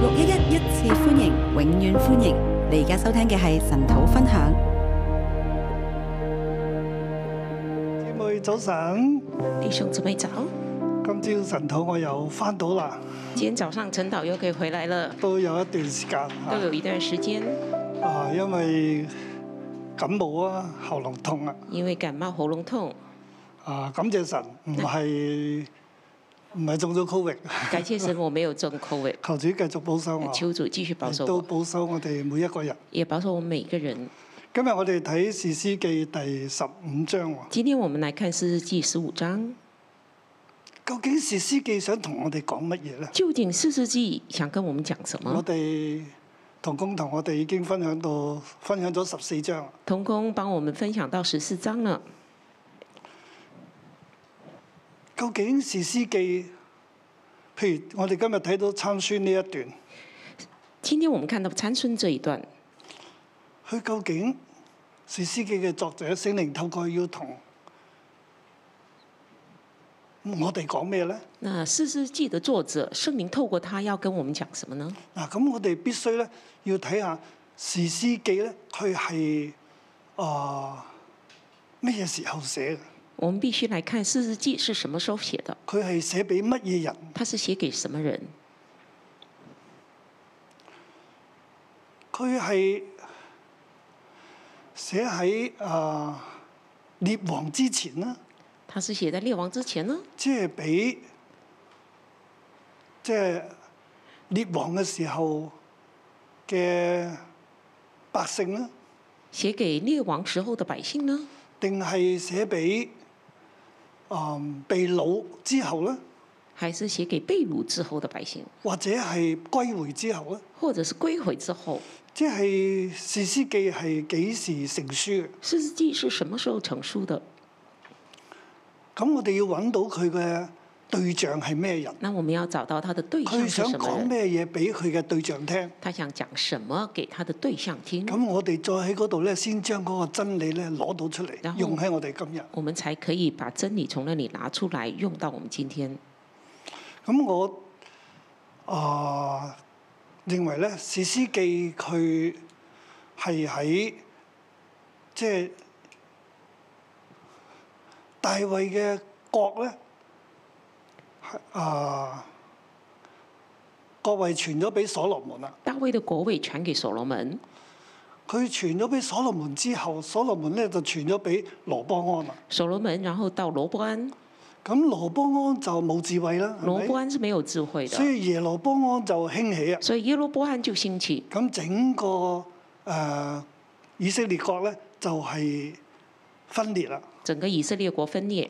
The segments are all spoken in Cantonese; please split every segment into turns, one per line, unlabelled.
六一一一次歡迎，永遠歡迎！你而家收聽嘅係神土分享。
姐妹早晨，
弟兄姊妹早，
今朝晨禱我又翻到啦，
今天早上晨導又可以回來了，
都有一段時間
都有一段時間，
嚇啊，因為感冒啊，喉嚨痛啊，
因為感冒喉嚨痛，
啊感謝神，唔係唔係中咗 covid，
感謝神我沒有中 COVID，
求主繼續保守我，
求主繼續保守
都
我，
保守我哋每一個人。
也保守我們每個人。
今日我哋睇士師記第十五章喎，
今天我們來看《士師記》十五章，
究竟士師記想同我哋講乜嘢咧？
究竟《士師記》想跟我們講什
我
麼？
哋同工同我哋已經分享到分享咗十四章啦。
童工幫我們分享到十四章了，
究竟士師記，譬如我哋今日睇到參孫呢一段，
今天我們看到參孫這一段，
佢究竟士師記嘅作者聖靈透過要同我哋講咩咧？
那《士師記》的作者聖靈透過他要跟我們講什麼呢？
嗱，咁我哋必須咧要睇下士師記咧，佢係啊乜嘢時候寫嘅？
我們必須來看《士師記》是什麼時候寫的，
佢係寫俾乜嘢人？
他是寫給什麼人？
佢係寫喺啊列王之前啦。
他是写在列王之前呢？
即係俾即係列王嘅時候嘅百姓啦，
写给列王时候的百姓呢，
定係寫俾嗯被掳之後咧，
還是写給被掳之後的百姓，
或者係歸回之後咧？
或者是歸回之後？
即係士師記係幾時成書嘅？
士師記是什麼時候成書的？
咁我哋要揾到佢嘅對象係咩人？
那我們要找到他的對
佢
象是
想
什麼
講
人？
咩嘢俾佢嘅對象聽？
他想講什麼給他的對象聽？
咁我哋再喺嗰度咧，先將嗰個真理咧攞到出
然
嚟，
後
用喺我哋今日。
我們才可以把真理從那裡拿出來，用到我們今天。
咁我啊、認為咧，《史詩記》佢係喺即係大衛嘅國咧，啊、國位傳咗俾所羅門啦。
大衛的國位傳給所羅門，
佢傳咗俾所羅門之後，所羅門咧就傳咗俾羅波安啦。
所羅門然後到羅波安，
咁羅波安就冇智慧啦，
羅
係
波
咪？
安是沒有智慧
所
的，
以耶羅波安就興起啊！
所以耶羅波安就興起，
咁整個誒、呃以色列國咧就係、分裂啦，
整個以色列國分裂，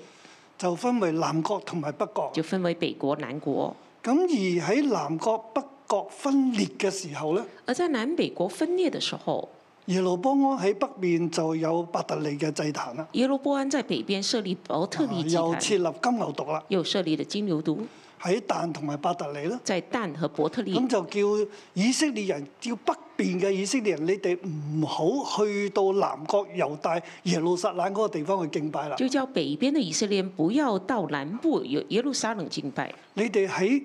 就分為南國同埋北國。
就分為北國、南國。
咁而喺南國北國分裂嘅時候咧，
而在南北國分裂的時候，
耶路波安喺北面就有伯特利嘅祭壇啦，
耶羅波安在北邊設立伯特利祭
又設
壇，
立金牛犢啦，
又設立了金牛犢，
喺但同埋伯特利啦。
在但和伯特利
咁，就叫以色列人，叫北邊嘅以色列人，你哋唔好去到南國猶大耶路撒冷嗰個地方去敬拜啦。
就叫北邊的以色列人不要到南部有耶路撒冷敬拜，
你哋喺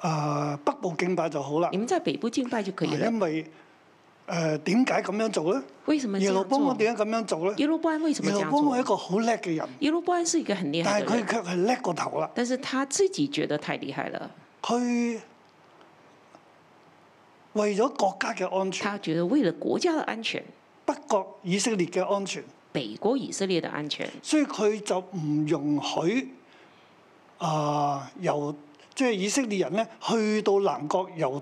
誒北部敬拜就好啦
你，們在北部敬拜就可以了。
因為誒點解咁樣做咧？
為什麼
耶
這
路
樣
波安
做？
點解咁樣做啊咧？
耶羅波安為什麼
耶
這
路
樣
波安係一個
做？
好叻嘅人，
耶羅波安是一個很厲害
但哎係
的人
佢，卻係叻過頭啦。
但是他自己覺得太厲害了，
佢為咗國家嘅安全，
他覺得為了國家的安全，
北國以色列嘅安全，
北國以色列的安全，
所以佢就唔容許啊由即係以色列人咧去到南國由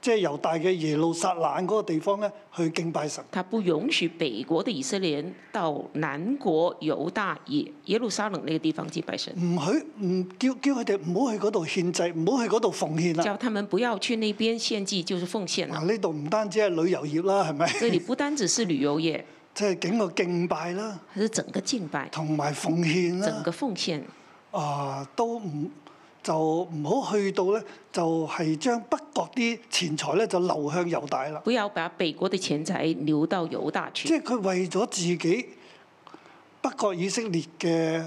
即係猶大嘅耶路撒冷嗰個地方咧去敬拜神。
他不容許北國的以色列人到南國猶大耶耶路撒冷那個地方敬拜神。
唔許唔叫叫佢哋唔好去嗰度獻祭，唔好去嗰度奉獻啦。
叫他們不要去那邊獻祭，就是奉獻了。
嗱，呢度唔單止係旅遊業啦，係 咪？
這裡不單只是旅遊業，
即係整個敬拜啦，
還是整個敬拜、
同埋奉獻
整
啦，
個奉獻，
啊都唔就唔好去到咧，就係、將北國啲錢財咧就流向猶大啦。
不要把北國的錢財流到猶大
即
去。
係佢為咗自己北國以色列嘅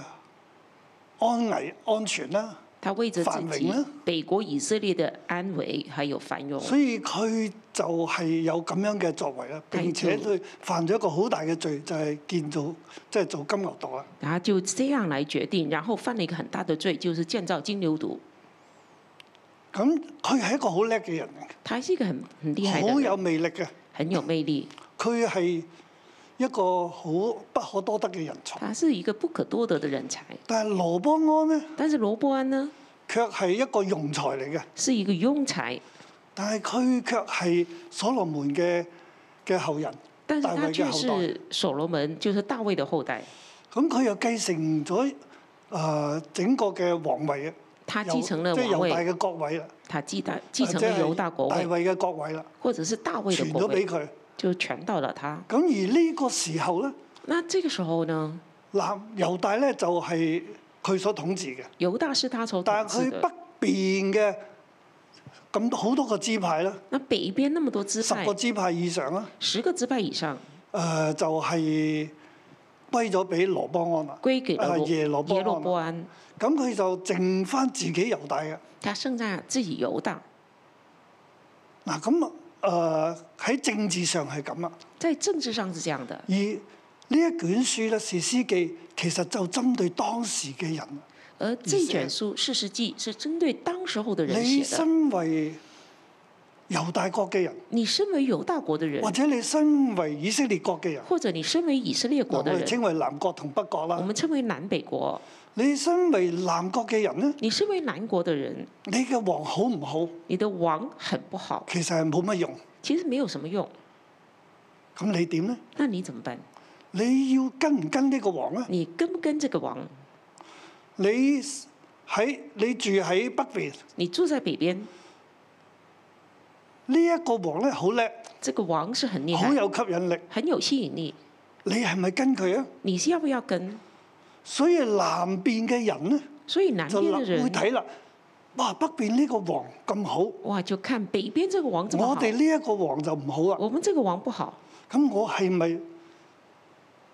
安危安全啦，
他为着自己
繁荣啊
北国以色列的安危还有繁荣，
所以佢就係有咁樣嘅作為啦。
係
並且佢犯咗一個好大嘅罪，就係、建造即係、做金牛犢啦。
然后就这样来决定，然后犯了一个很大的罪，就是建造金牛犊。
咁佢係一個好叻嘅人嚟
他是一个很很厉害
嘅，
的
好
人，
有魅力嘅。
很有魅力，
佢係一個好不可多得嘅人才。
他是一个不可多得的人才。
但係羅波安呢，
但是罗伯安呢，
卻係一個庸才嚟嘅。
是一个庸才，
但係佢卻係所羅門嘅嘅後人。
但是
大
他
衛嘅
却
後代，
是所罗门，就是大卫的后代，
咁佢又繼承咗誒、呃整個嘅皇位啊，
他
猶
继承了
即係
王
猶大
位，
嘅國位啦，
他继大继承
啊即
了
係
犹大国
大
位，
衛嘅國位啦，
或者是大卫的
傳
国
咗俾
位，
佢。
就传到了他。
咁而呢個時候咧，
那这个时候呢，
南猶大咧就係、佢所統治嘅，
犹大是他所
但
统
係佢
治的。
北邊嘅咁好多個支派啦，
那北边那么多支
十
派
個，支派以上啦，
十个支派以上
誒、就係、歸咗俾羅波安啦。
归给了
啊
罗
耶罗波安
罗波安，
咁佢就剩翻自己猶大嘅。
他剩下自己犹大。
嗱咁誒喺政治上係咁啦，
在政治上是这样的，
而呢一卷書咧《士師記》其實就針對當時嘅人。
而这卷书《四世纪》是针对当时候的人
你
写的。
身為猶大國嘅人，
你身为犹大国的人
或，者你身為以色列國嘅人，
或者你身为以色列
嗱
国
我
的
哋
人，
稱為南國同北國
我
啦。
们称为南北国。
你身為南國嘅人咧，
你身为南国的人，
你嘅王好唔好，
你的王很不好，
其實係冇乜用。
其实没有什么用。
咁你點咧？
那你怎么办？
啊你要跟唔跟呢個王咧？
你跟不跟这个王？
你喺你住喺北邊，
你住在北边，
呢、一個王咧好叻，
这个王是很厉害
好，有吸引力。
很有吸引力。
你係咪跟佢啊？
你是要不要跟？
所以南邊嘅人咧
所以南
就
边的
立會
人，
睇啦，哇！北邊呢個王咁好，
哇，就看北边这个王怎么
我
好
哋，呢一個王就唔好啊。
我们这个王不好，
咁我係咪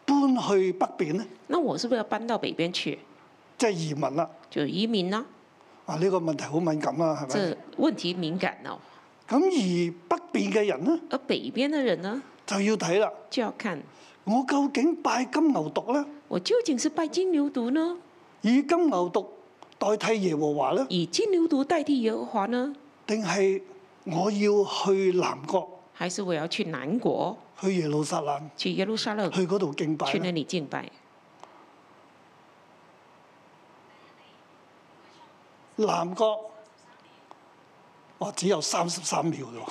搬去北邊咧？
那我是不是要搬到北边去？
即係移民啦。
就移民呢？
啊，呢、個問題好敏感啦，係咪？
这问题敏感哦。
咁而北邊嘅人咧
而北边的人呢，
就要睇啦，
就要看
我究竟拜金牛犢咧，
我究竟是拜金牛犊呢，
以金牛犢代替耶和華咧，
以金牛犊代替耶和华呢，
定係我要去南國、
还是我要去南国，
去耶路撒冷、
去耶路 撒冷，
去嗰度敬拜
去
呢
那里敬拜？
南國，哇！只有三十三秒啫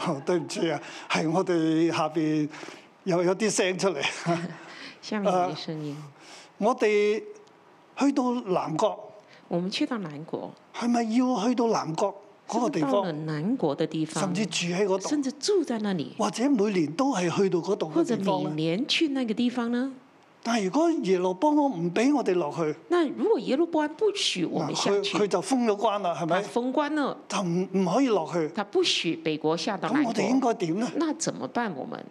喎，對唔住啊，係我哋下邊又有啲聲出嚟。
下面
呃
有声音，
我哋去到南國，
我们去到南国，
係咪要去到南國嗰個地
到了
方，
南国的地
哦
方
甚，至住喺嗰
甚
度，
至住在那里，
或者每年都係去到嗰度
或
嘅
者
地
每
方咧？
年去那个地方呢？
但係如果耶路波安唔俾我哋落去，
那如果耶路波安不许我
嗱
们下
佢佢
去，
就封咗關啦，係
他
咪？
封关了，
就唔唔可以落去。
他不许北国下到
咁
南
我哋應
国，
該點咧？
那怎么办？我们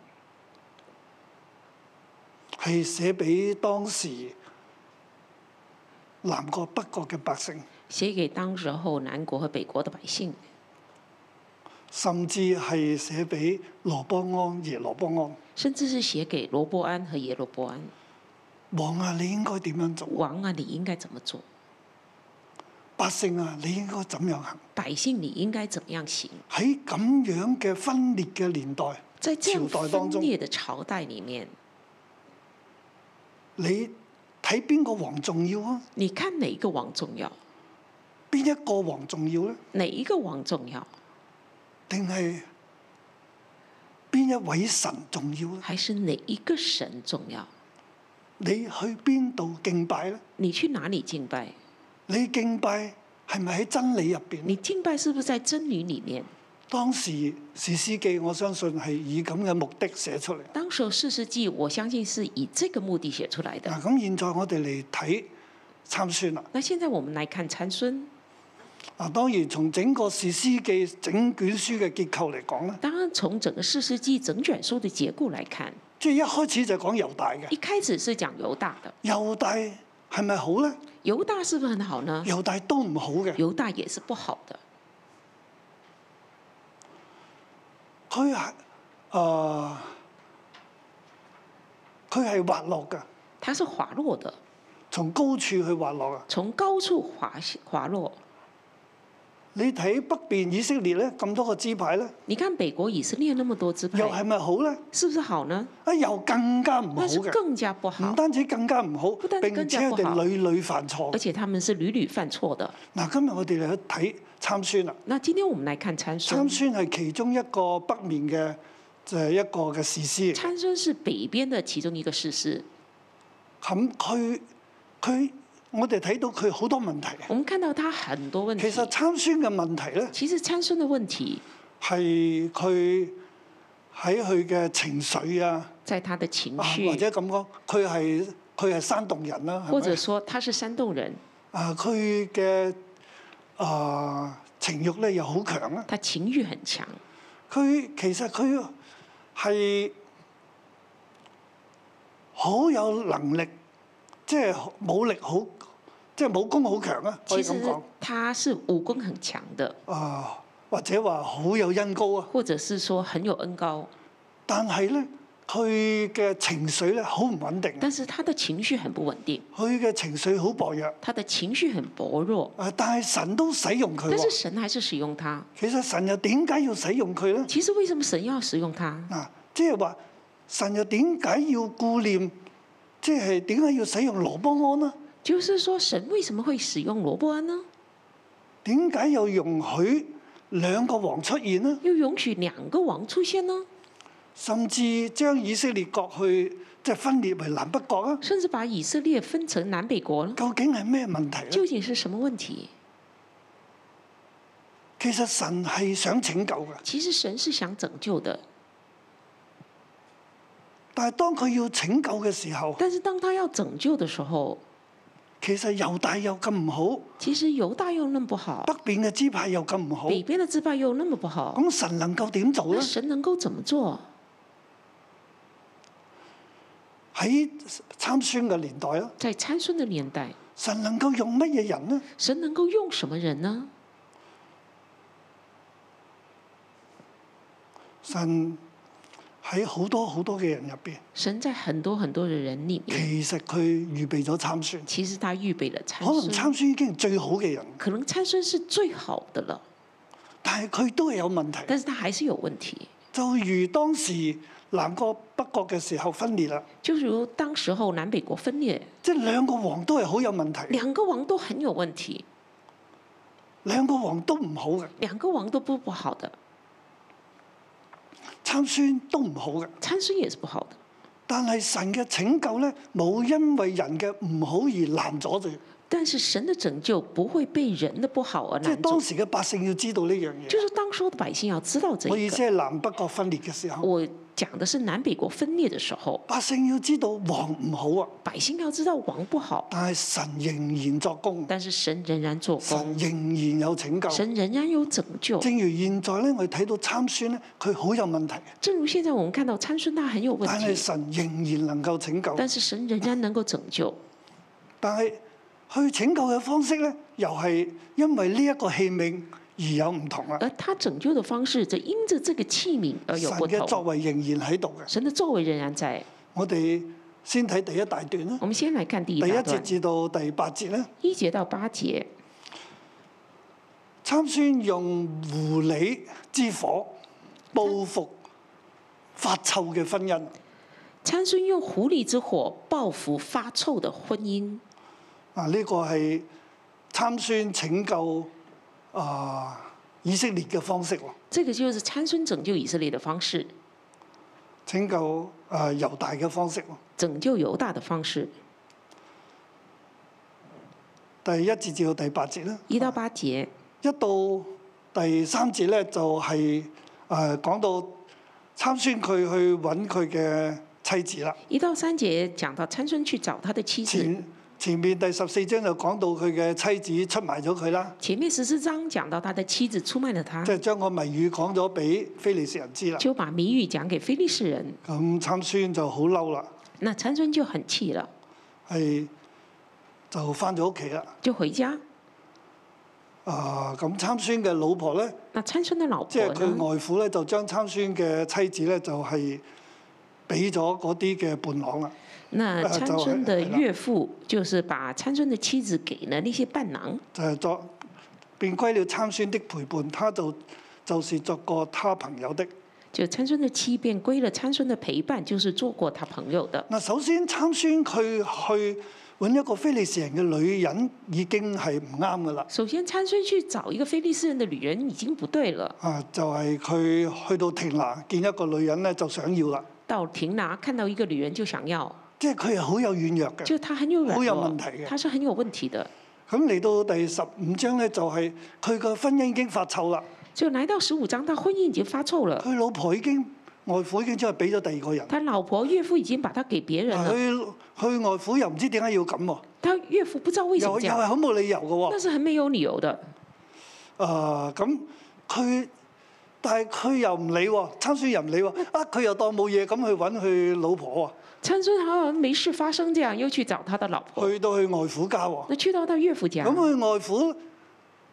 係寫俾當時南國北國嘅百姓，
写给当时候南国和北国的百姓，
甚至係寫俾羅波安、耶羅波安
甚至是写给罗伯安和耶罗伯安。
王啊！你應該點樣做？
王啊，你应该怎么做？
百姓啊，你應該怎樣行？
百姓，你应该怎么样行？
喺咁樣嘅分裂嘅年代，
在这样
朝代当
分
中
裂的朝代里面，
你睇邊個王重要啊？
你看哪一个王重要？
邊一個王重要咧？
哪一个王重要？
定係邊一位神重要咧？
还是哪一个神重要？
你去邊度敬拜咧？
你去哪里敬拜？
你敬拜係咪喺真理入邊咧
你敬拜是不是在真理里面？
當時史詩記，我相信係以咁嘅目的寫出嚟。
当时候四世纪，我相信是以这个目的写出来
嗱，
的。
咁現在我哋嚟睇參孫啦。
那现在我们来看参孙，
嗱，當然從整個史詩記整卷書嘅結構嚟講咧，
当然从整个四世纪整卷书的结构来看，
即係一開始就講猶大嘅。
一开始是讲犹大的，
猶大係咪好呢？
犹大是不是很好呢？
猶大都唔好嘅，
犹大也是不好的，
佢係誒佢係滑落㗎，
他是滑落的，
從高處去滑落啊！
从高处滑滑落。
你睇北邊以色列咧咁多個支牌咧，
你看北国以色列那么多支
又
派，
係咪好呢？
是不是好呢？
啊，又更加唔好
那是
嘅，
更加不好
唔，單止更加唔好，
單止
並
更
且
加
佢
不好
哋屢屢犯錯
而。且他们是屡屡犯错的。
嗱，今日我哋嚟去睇參孫啦。
那今天我们来看参
參
孙，
孫係其中一個北面嘅就係一個嘅士師。
参孙是北边的其中一个士师。
咁佢佢我哋睇到佢好多問題。
我们看到他很多问题
其。實參孫嘅問題咧，
其实参孙的问题
係佢喺佢嘅情緒啊，
在他的情
啊
绪，
或者咁講，佢係佢係山洞人啦，
或
係
者
咪？
说他是山洞人，
啊，佢嘅啊情慾咧又好強啊。
他情欲很强。
佢其實佢係好有能力，即係武力好，即係武功好強啊！可
其
以咁
实
講，
他是武功很强的，
啊，或者話好有恩高啊！
或者是说很有恩高，
但係咧，佢嘅情緒咧好唔穩定啊，
但是他的情绪很不稳定，
佢嘅情緒好薄弱。
他的情绪很薄弱。
啊！但係神都使用佢
但是
喎。
神还是使用他。
其實神又點解要使用佢咧？
其实为什么神要使用他？
嗱，即係話神又點解要顧念？即係點解要使用羅波安呢？
就是说，神为什么会使用罗伯安呢？
點解又容許兩個王出現呢？
又容许两个王出现呢？
甚至將以色列國去即係分裂為南北國啊？
甚至把以色列分成南北国呢？
究竟係咩問題咧
究？竟是什么问题？
其實神係想拯救嘅，
其实神是想拯救的，
但係當佢要拯救嘅時候，
但是当他要拯救的时候，
其實猶大又咁唔好，
其实犹大又那么不好，
北邊嘅支派又咁唔好，
北边的支派又那么不好，
咁神能夠點做
那
呢？
神能够怎么做？
喺參孫嘅年代啦，
在参孙的年代，
神能夠用乜嘢人呢？
神能够用什么人呢？
神喺好多好多嘅人入邊，
神在很多很多的人里面，
其實佢預備咗參孫，
其实他预备了哦参
可能
孙，
參孫已經係最好嘅人。
可能参孙是最好的了，
但係佢都係有問題，
但是他还是有问题。
就如當時南國北國嘅時候分裂啦，
就如当时候南北国分裂，
即係兩個王都係好有問題，
两个王都很有问题，
兩個王都唔好嘅，
两个王都不不好的，
參孫都唔好嘅。
参孙也是不好的。
但係神嘅拯救咧，冇因為人嘅唔好而攔咗佢。
但是神的拯救不会被人的不好而
即係
拦
當
住，
時嘅百姓要知道呢樣
就
嘢。
是当时候的百姓要知道这
我嗯意
一
思
个。
係南北國分裂嘅時候，
我讲的是南北国分裂的时候，
百姓要知道王唔好啊，
百姓要知道王不好，
但係神仍然作工，
但是神仍然做
神
工，
仍然有拯救。
神仍然有拯救。
正如現在咧，我哋睇到參孫咧，佢好有問題，
正如现在我们看到参孙他很有问
但係
题，
神仍然能夠拯救。
但是神仍然能够拯救。
但係去拯救嘅方式咧，又係因為呢一個器皿而有唔同啦。
而他拯救的方式，则因着这个器皿而
神
有不
嘅作
同。
為仍然喺度嘅。
神的作为仍然在。
我哋先睇第一大段啦，
我们先来看第
第
一
一
大
節
段，
至到第八節咧，
一节到八节。
參孫用狐狸之火報復發臭嘅婚姻。
参孙用狐狸之火报复发臭的婚姻，
啊，呢、個係參孫拯救啊、以色列嘅方式喎，
这个就是参孙拯救以色列的方式，
拯救啊、猶大嘅方式喎。
拯救犹大的方式。
第一節至到第八節啦。
一到八节，
一到第三節咧，就係、誒講到參孫佢去揾佢嘅妻子啦。
一到三节讲到参孙去找他的妻子。
前前面第十四章就講到佢嘅妻子出賣咗佢啦，
前面十四章講到他的妻子出賣了他
即，係將個謎語講咗俾非利士人知啦。
就把谜语講給非利士人。
咁參孫就好嬲啦，
那參孫就很氣了，
係就翻咗屋企啦。
就回家。
啊，咁參孫嘅老婆咧，
那參孫的老
即
婆
係
呢，
佢外父咧，就將參孫嘅妻子咧，就係俾咗嗰啲嘅伴郎啦。
那
呃
參
就
孫的
係啦
岳父就是把參孫的妻子給了那些伴郎，
就係作便歸了參孫的陪伴，他就就是作過他朋友的。
就參孫的妻便歸了參孫的陪伴，就是做過他朋友的。
嗱，首先參孫佢去揾一個非利士人嘅女人已經係唔啱噶啦，
首先，參孫去找一個非利士人的女人已經不對了。
啊，就係、佢去到亭拿見一個女人咧就想要啦，
到亭拿看到一個女人就想要，
即係佢係好有軟弱嘅。
就她很有
嗯好
軟
有
弱
問題嘅，
她是很有問題的。
咁嚟到第十五章咧，就係佢個婚姻已經發臭啦，
就來到十五章，她婚姻已經發臭了，
佢老婆已經外父已經將佢俾咗第二個人，
她老婆岳父已經把她給別人了，
佢佢外父又唔知點解要咁喎，
她岳父不知道為什
又
麼這
又
樣，
係好冇理由嘅喎
那。是很沒有理由的。
誒呃咁佢，但係佢又唔理喎，參孫又唔理喎，啊佢又當冇嘢咁去揾佢老婆
參孫好像沒事發生，這樣又去找他的老
喎，
婆，
去到佢外父家喎，
那去到他岳父家
咁，佢外父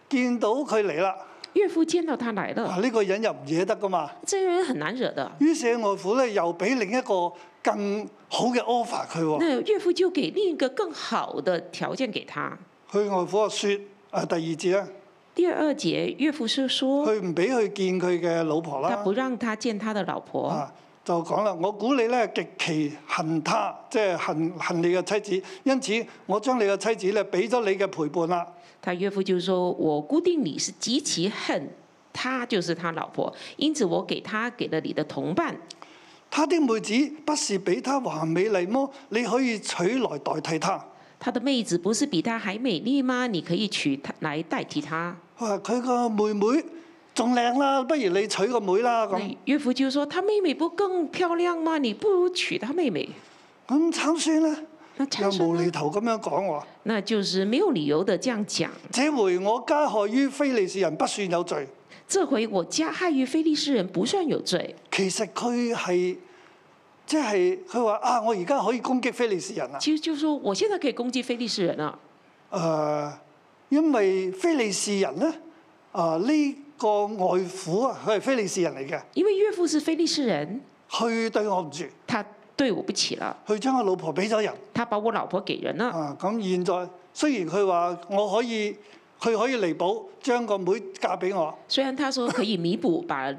見到佢嚟啦，
岳父見到他來
啊
了，
呢個人又唔惹得噶嘛，
這個人很難惹的。
於是佢外父咧又俾另一個更好嘅 offer 佢喎，
那岳父就給另一個更好的條件給他。
佢外父啊説啊第二節咧，
第二節，岳父是說
佢唔俾佢見佢嘅老婆
他
啦
不，讓他見他的老婆，
啊就講啦，我估你咧極其恨他，即係恨恨你嘅妻子，因此我將你嘅妻子咧俾咗你嘅陪伴啦。
他岳父就說：“我估定你是極其恨他，就是他老婆，因此我給他給了你的同伴。
他的妹子不是比他還美麗麼？你可以取來代替他。
他的妹子不是比他還美麗嗎？你可以娶她來代替她。”
佢話佢個妹妹仲靚啦，不如你娶個妹啦咁。
那岳父就说：“他妹妹不更漂亮吗？你不如娶他妹妹。
咁參孫呢，”
那
又
參
無
孫
厘
呢？
頭咁樣講喎。
那就是沒有理由的這樣講。
這回我加害於非利士人不算有罪。
這回我加害於非利士人不算有罪。
其實佢係即係佢話啊，我而家可以攻擊非利士人啊啦。誒、
其實就是說我現在可以攻擊非利士人啊了，
呃因為非利士人呢，啊、呢、個外父啊，佢係非利士人嚟嘅，
因為岳父是非利士人，
佢對我唔住，
他對我不起了，
佢將我老婆俾咗人。
他把我老婆給人了。
啊，咁現在雖然佢話我可以，佢可以彌補，將個妹嫁俾我，
雖然他說可以彌補，把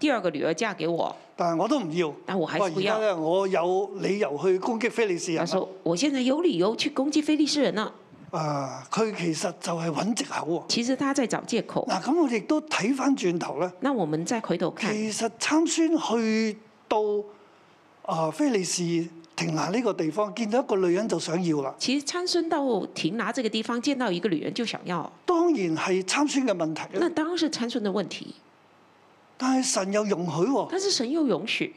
第二個女兒嫁給我，
但係我都唔要。
但我還
哇
是不
而家
要。
咧，我有理由去攻擊非利士人
他
啦。
說：“我現在有理由去攻擊非利士人了。
啊，佢其實就係揾藉口喎。”
其實他在找借口
嗱、。咁我亦都睇翻轉頭咧，
那我們再回頭看，
其實參孫去到啊非利士停拿呢個地方，見到一個女人就想要啦。
其實參孫到亭拿這個地方見到一個女人就想要，
當然係參孫嘅問題
那
啦，
當然是參孫的問題。
但係神又容許喎，
但是神又容許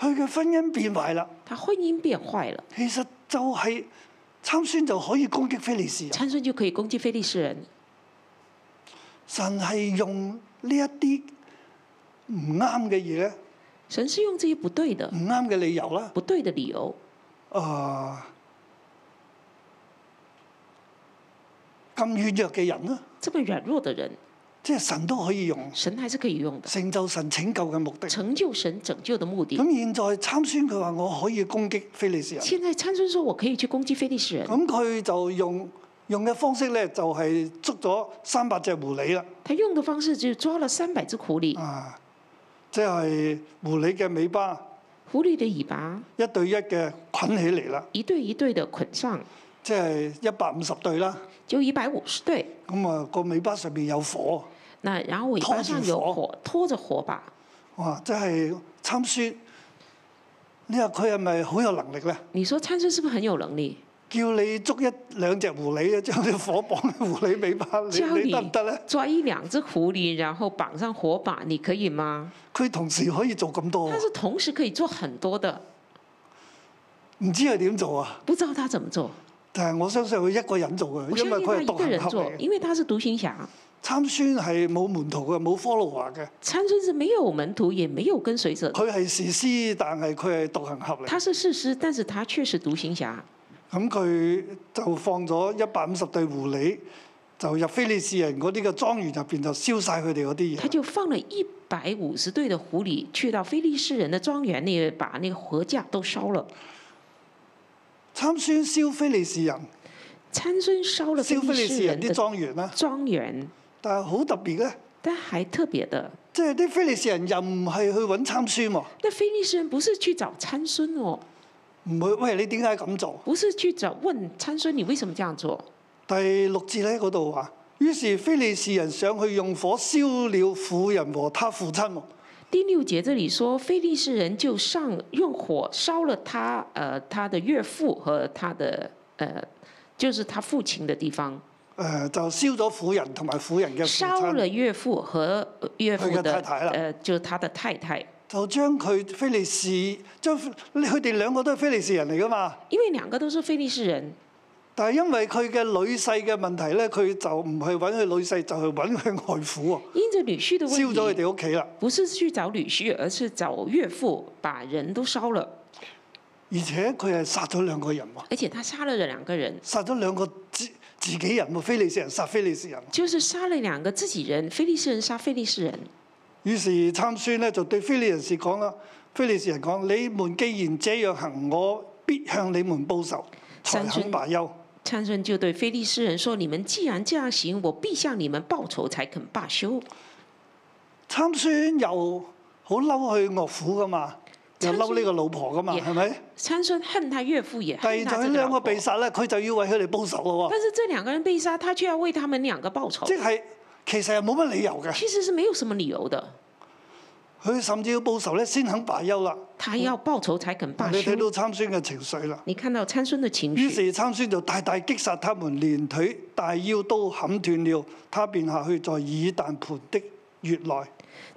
佢嘅婚姻變壞啦。
他婚姻變壞了，
其實就係參孫就可以攻擊非利士人，
參孫就可以攻擊非利士人。
神係用呢一啲唔啱嘅嘢咧，
神是用這些不對的
唔、啱嘅理由啦，
不對的理由，
誒、咁軟弱嘅人啦，
這麼軟弱的人，
即係神都可以用，
神還是可以用的，
成就神拯救嘅目的。
成就神拯救的目的。
咁現在參孫佢話我可以攻擊非利士人，
現在參孫說我可以去攻擊非利士人，
咁佢就用用嘅方式咧就係、捉咗三百隻狐狸啦，
他用的方式就是抓了三百隻狐狸，
啊，即係狐狸嘅尾巴。
狐狸的尾巴
一對一嘅捆起嚟啦，
一對一對的捆上，
即係一百五十對啦。
就一百五十對。
咁啊，個尾巴上面有火，
那然後尾巴上有火，拖着火把。
哇！即係參孫，你話佢係咪好有能力咧？
你說參孫是不是很有能力？
叫你捉一兩隻狐狸啊，將啲火綁喺狐狸尾巴，
教
你
你
你得唔得咧？
抓一兩隻狐狸，然後綁上火把，你可以嗎？
佢同時可以做咁多
他，是同時可以做很多的，
唔知佢點做啊？
不知道他怎麼做。
但係我相信佢一個人做
我
嘅，
相
因為
信他
佢係
一
獨
個人
行俠
做，
嚟嘅。
因為他是獨行俠，
參孫係冇門徒嘅，冇 follower 嘅，
參孫是沒有門徒，也沒有跟隨者的，
佢係士師，但係佢係獨行俠
他
嚟。
是士師，但是他卻是獨行俠。
咁佢就放咗一百五十對狐狸，就入非利士人嗰啲嘅莊園入邊就燒晒佢哋嗰啲嘢。
他就放了一百五十對的狐狸，去到非利士人的莊園裏，把那個禾稼都燒了。
參孫燒非利士人，
參孫燒了非
燒非
利
利
士
士
人
人啲
的
莊園啦。
莊園，
但係好特別咧，
但還特別的，
即係啲非利士人又唔係去揾參孫喎，
那非利士人不是去找參孫哦，
唔會喂你點解咁做？
不是去找問參孫你為什麼這樣做。
第六節咧嗰度話，於是非利士人上去用火燒了婦人和他父親喎。
第六節這裡說，非利士人就上用火燒了他，呃，他的岳父和他的，呃，就是他父親的地方，
誒、呃就燒咗婦人同埋婦人嘅父
燒了
親，
岳父和呃岳父
他
的
的太太啦
呃，就是他的太太，
就將佢非利士將佢哋兩個都係非利士人嚟噶嘛。
因為兩個都是非利士人，
但係因為佢嘅女婿嘅問題咧，佢就唔去揾佢女婿，就去揾佢外 父
因着女婿的
喎，燒咗佢
問題，
哋屋企啦。
不是去找女婿，而是找岳父，把人都燒了，
而且佢係殺咗兩個人喎，
而且他殺了兩個人，
殺咗兩個自自己人喎，非利士人殺非利士人。
就是殺了兩個自己人，非利士人殺非利士人。
於是參孫咧就對非利士講啦，非利士人講：你們既然這樣行，我必向你們報仇，才
參
肯
孫
罷休。
參孫就對非利士人說：“你們既然這樣行，我必向你們報仇，才肯罢休。
參孫又好嬲佢岳父噶嘛，又
參孫
嬲呢個老婆噶嘛，
Yeah.
係咪？”
參孫恨他岳父，也
第二
恨
就
他
佢
這
兩
個
個
老婆
被。殺咧，佢就要為佢哋報仇咯喎。
但是這兩個人被殺，他卻要為他們兩個報仇
即，係其實係冇乜理由嘅，
其實是沒有什麼理由的。
佢甚至要報仇咧先肯罷休啦。
他要報仇才肯罷
你睇到
休。
參孫嘅情緒啦。
你看到參孫的情
於
緒，
是參孫就大大擊殺他們，連腿大腰都砍斷了。他便下去在以但盤的穴內。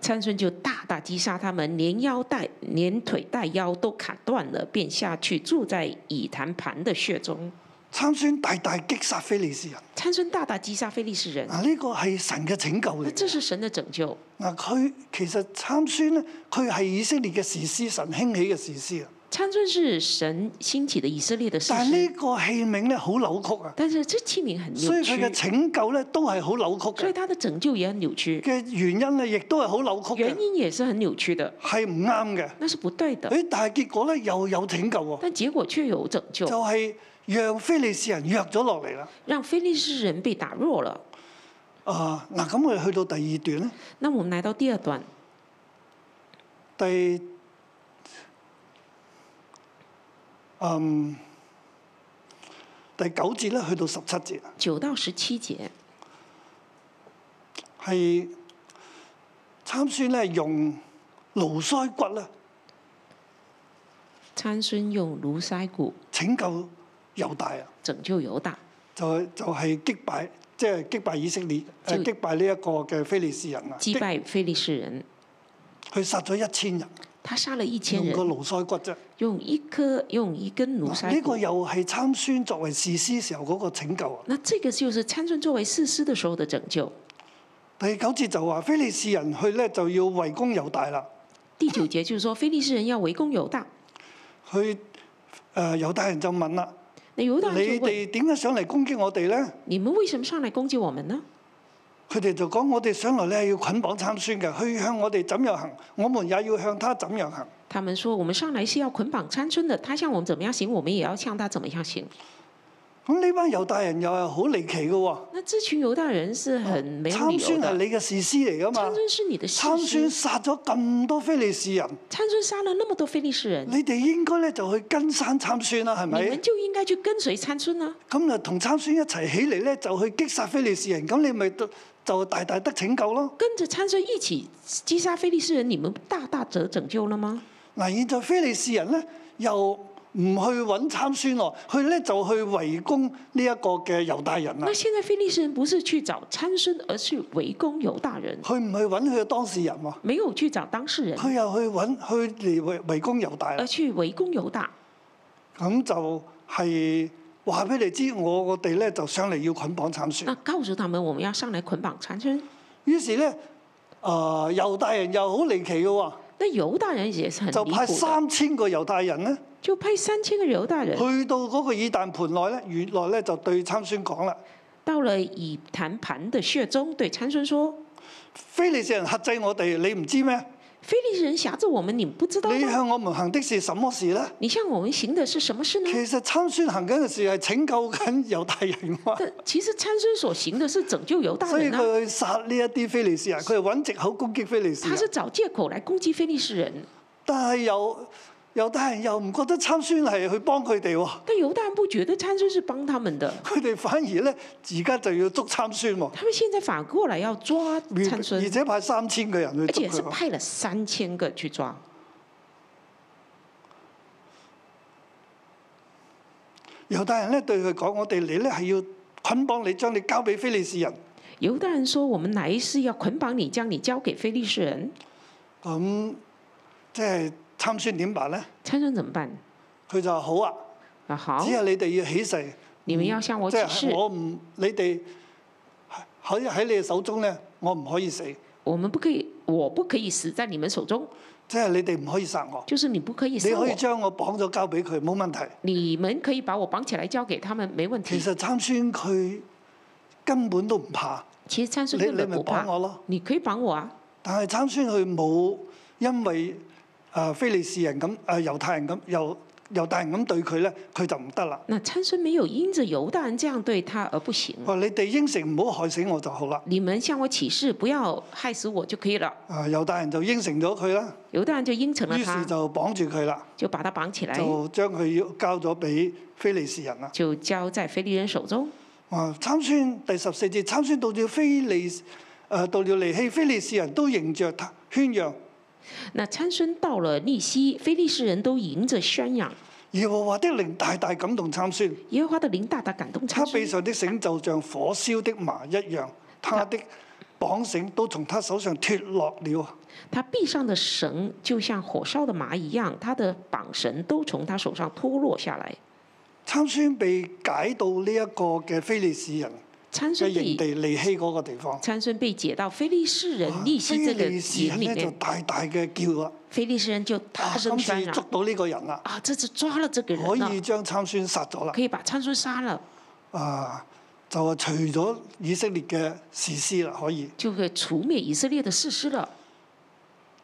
參孫就大大擊殺他們，連腰帶、連腿帶腰都砍斷了，便下去住在以坛盤的穴中。
參孫大大擊殺非利士人。啊
參孫大大擊殺非利士人，
嗱，呢個係神嘅拯救
那
嚟。
這是神的拯救。
嗱，佢其實參孫咧，佢係以色列嘅士師，神興起嘅士師啊。
參孫是神興起的以色列的士
但係
師，
呢個器皿咧好扭曲啊，
但是這器皿很
所以
扭
佢嘅
曲，
拯救咧都係好扭曲
所以
嘅。
他的拯救也很扭曲，
嘅原因咧亦都係好扭曲
原
嘅，
因也是很扭曲的，
係唔啱嘅。
那是不對的。
誒，但係結果咧又有拯救喎，
但結果卻有拯救，
就係讓非利士人弱咗落嚟啦。
讓非利士人被打弱了。
啊，嗱，咁我哋去到第二段咧，
那我們來到第二段，
第嗯第九節咧，去到十七節啊，
九到十七節，
係參孫咧用驢腮骨咧
參孫用驢腮骨
拯救猶大啊，
拯救猶大，
就係就係擊敗即係擊敗以色列誒
就
擊敗呢一個嘅非利士人啊，
擊
擊
敗非利士人，
佢殺咗一千人，
他殺了一千
用個
人，
驢腮骨啫。
用一顆用一根驢
嗱呢
腮
個
骨。
又係參孫作為士師時候嗰個拯救啊。
那這個就是參孫作為士師的時候的拯救。
第九節就話非利士人去咧就要圍攻猶大啦，
第九節就是說非利士人要圍攻猶大，
佢誒、呃、猶大人就問啦：
那猶
你
大人就問：
哋點解上嚟攻擊我哋咧？
你們為什麼上來攻擊我們呢？
佢哋就講：我哋上嚟咧係要捆綁參孫嘅，佢向我哋怎樣行，我們也要向他怎樣行。
他們說：我們上來是要捆綁參孫的，他向我們怎麼樣行，我們也要向他怎麼樣行。
咁呢班猶大人又係好離奇嘅喎，
那這群猶大人是很沒有理
參
由
孫係
的。
你嘅士師嚟噶
參
嘛？
孫是你的士
參孫
師，
殺咗咁多非利士人，
參孫殺了那麼多非利士人，
你哋應該咧就去跟山參孫啦，係
你
咪
們？就應該去跟隨參孫啊！
咁就同參孫一齊起嚟咧，就去擊殺非利士人，咁你咪得就大大得拯救咯。
跟着參孫一起擊殺非利士人，你們大大得拯救了嗎？
嗱，現在非利士人咧又唔去揾參孫咯，佢咧就去圍攻呢一個嘅猶大人啦
那。現在非利士人不是去找參孫，而是圍攻猶大人，
佢唔去揾佢嘅當事人喎，
沒有去找當事人，
佢又去揾佢嚟圍圍攻猶大啦
而。去圍攻猶大。
咁就係話俾你知，我我哋咧就上嚟要捆綁慘
那
算。
告诉他们，我们要上来捆綁長春。
於是咧，啊、猶大人又好離奇嘅喎，
那猶大人也是很
就
離
派
譜的，
三哎千個猶大人咧，
就派三千個猶大人
去到嗰個以但盤內咧，原來咧就對參孫講啦：
到了以談盤的穴中，對參孫說：
非利士人克制我哋，你唔知咩？
非利士人轄制我們，你們不知道
你
嗎？
向我們行的是什麼事咧？
你向我們行的是什麼事呢？
其實參孫行緊嘅事係拯救緊猶大人喎。
但其實參孫所行的是拯救猶大
所以
人啊，
佢去殺呢一啲非利士人，佢係揾藉口攻擊非利士
他是
人。
找借口來攻擊非利士人。
但係又猶太人又唔覺得參孫係去幫佢哋喎，
但猶大人不覺得參孫是幫他們的，
佢哋反而咧而家就要捉參孫喎
他們現在反過來要抓參
而，而
孫，
且派三千個人
而
去捉
且是
佢喎。
派了三千個去抓。
猶太人咧對佢講：我哋你咧係要捆綁你，將你交俾非利士人。
猶大人說：“我們來是要捆綁你，將你交給非利士人。
咁即係參孫點辦咧？”
參孫怎麼辦？
佢就話好啊，
啊，好
只，係你哋要起誓，
你們要向我
即
起
係
誓，
我唔你哋喺喺你哋手中咧，我唔可以死，
我們不可以，我不可以死在你們手中，
即係你哋唔可以殺我。
就是你不可以
你
殺我
可以。將我綁咗交俾佢，冇問題。
你們可以把我綁起來交給他們，沒問題
其。實參孫佢根本都唔怕，
其實參
你
孫
你
根本
咪
不怕
綁，我咯。
你可以綁我啊。
但係參孫佢冇因為誒非利士人咁誒猶太人咁猶猶大人咁對佢咧，佢就唔得啦。
那參孫沒有因着猶大人這樣對他而不行。
話你哋應承唔好害死我就好啦。
你們向我起誓，不要害死我就可以了。
啊猶大人就應承咗佢啦，
猶大人就應承了
於是
他，
就綁住佢啦，
就把他綁起來，
就將佢要交咗俾非利士人啦。
就交在非利人手中。
啊！參孫第十四節，參孫到了非利誒、呃到了尼希，非利士人都迎着他圈揚。
那參孫到了利希，非利士人都迎着宣揚，
耶和華的靈大大感動參孫，
耶和華的靈大大感動
他
參
臂
孫，
上的繩就像火燒的麻一樣，他的綁繩都從他手上脱落了。
他臂上的繩就像火燒的麻一樣，他的綁繩都從他手上脫落下來。
參孫被解到呢一個嘅非利士人
參
嘅
孫
營
被
地利希嗰個地方，
參孫被解到非利士人利希
非
這個
利士
營
人
裡
咧就
面，
大大嘅叫啦，
非利士人就
啊
大
今
聲
次
宣
捉
揚
到呢個人啦，
啊，這次抓了這個
可
人了
以，將參孫殺咗啦
可。以把參孫殺了，
啊，就話除咗以色列嘅士師啦，可以，
就會除滅以色列的士師了。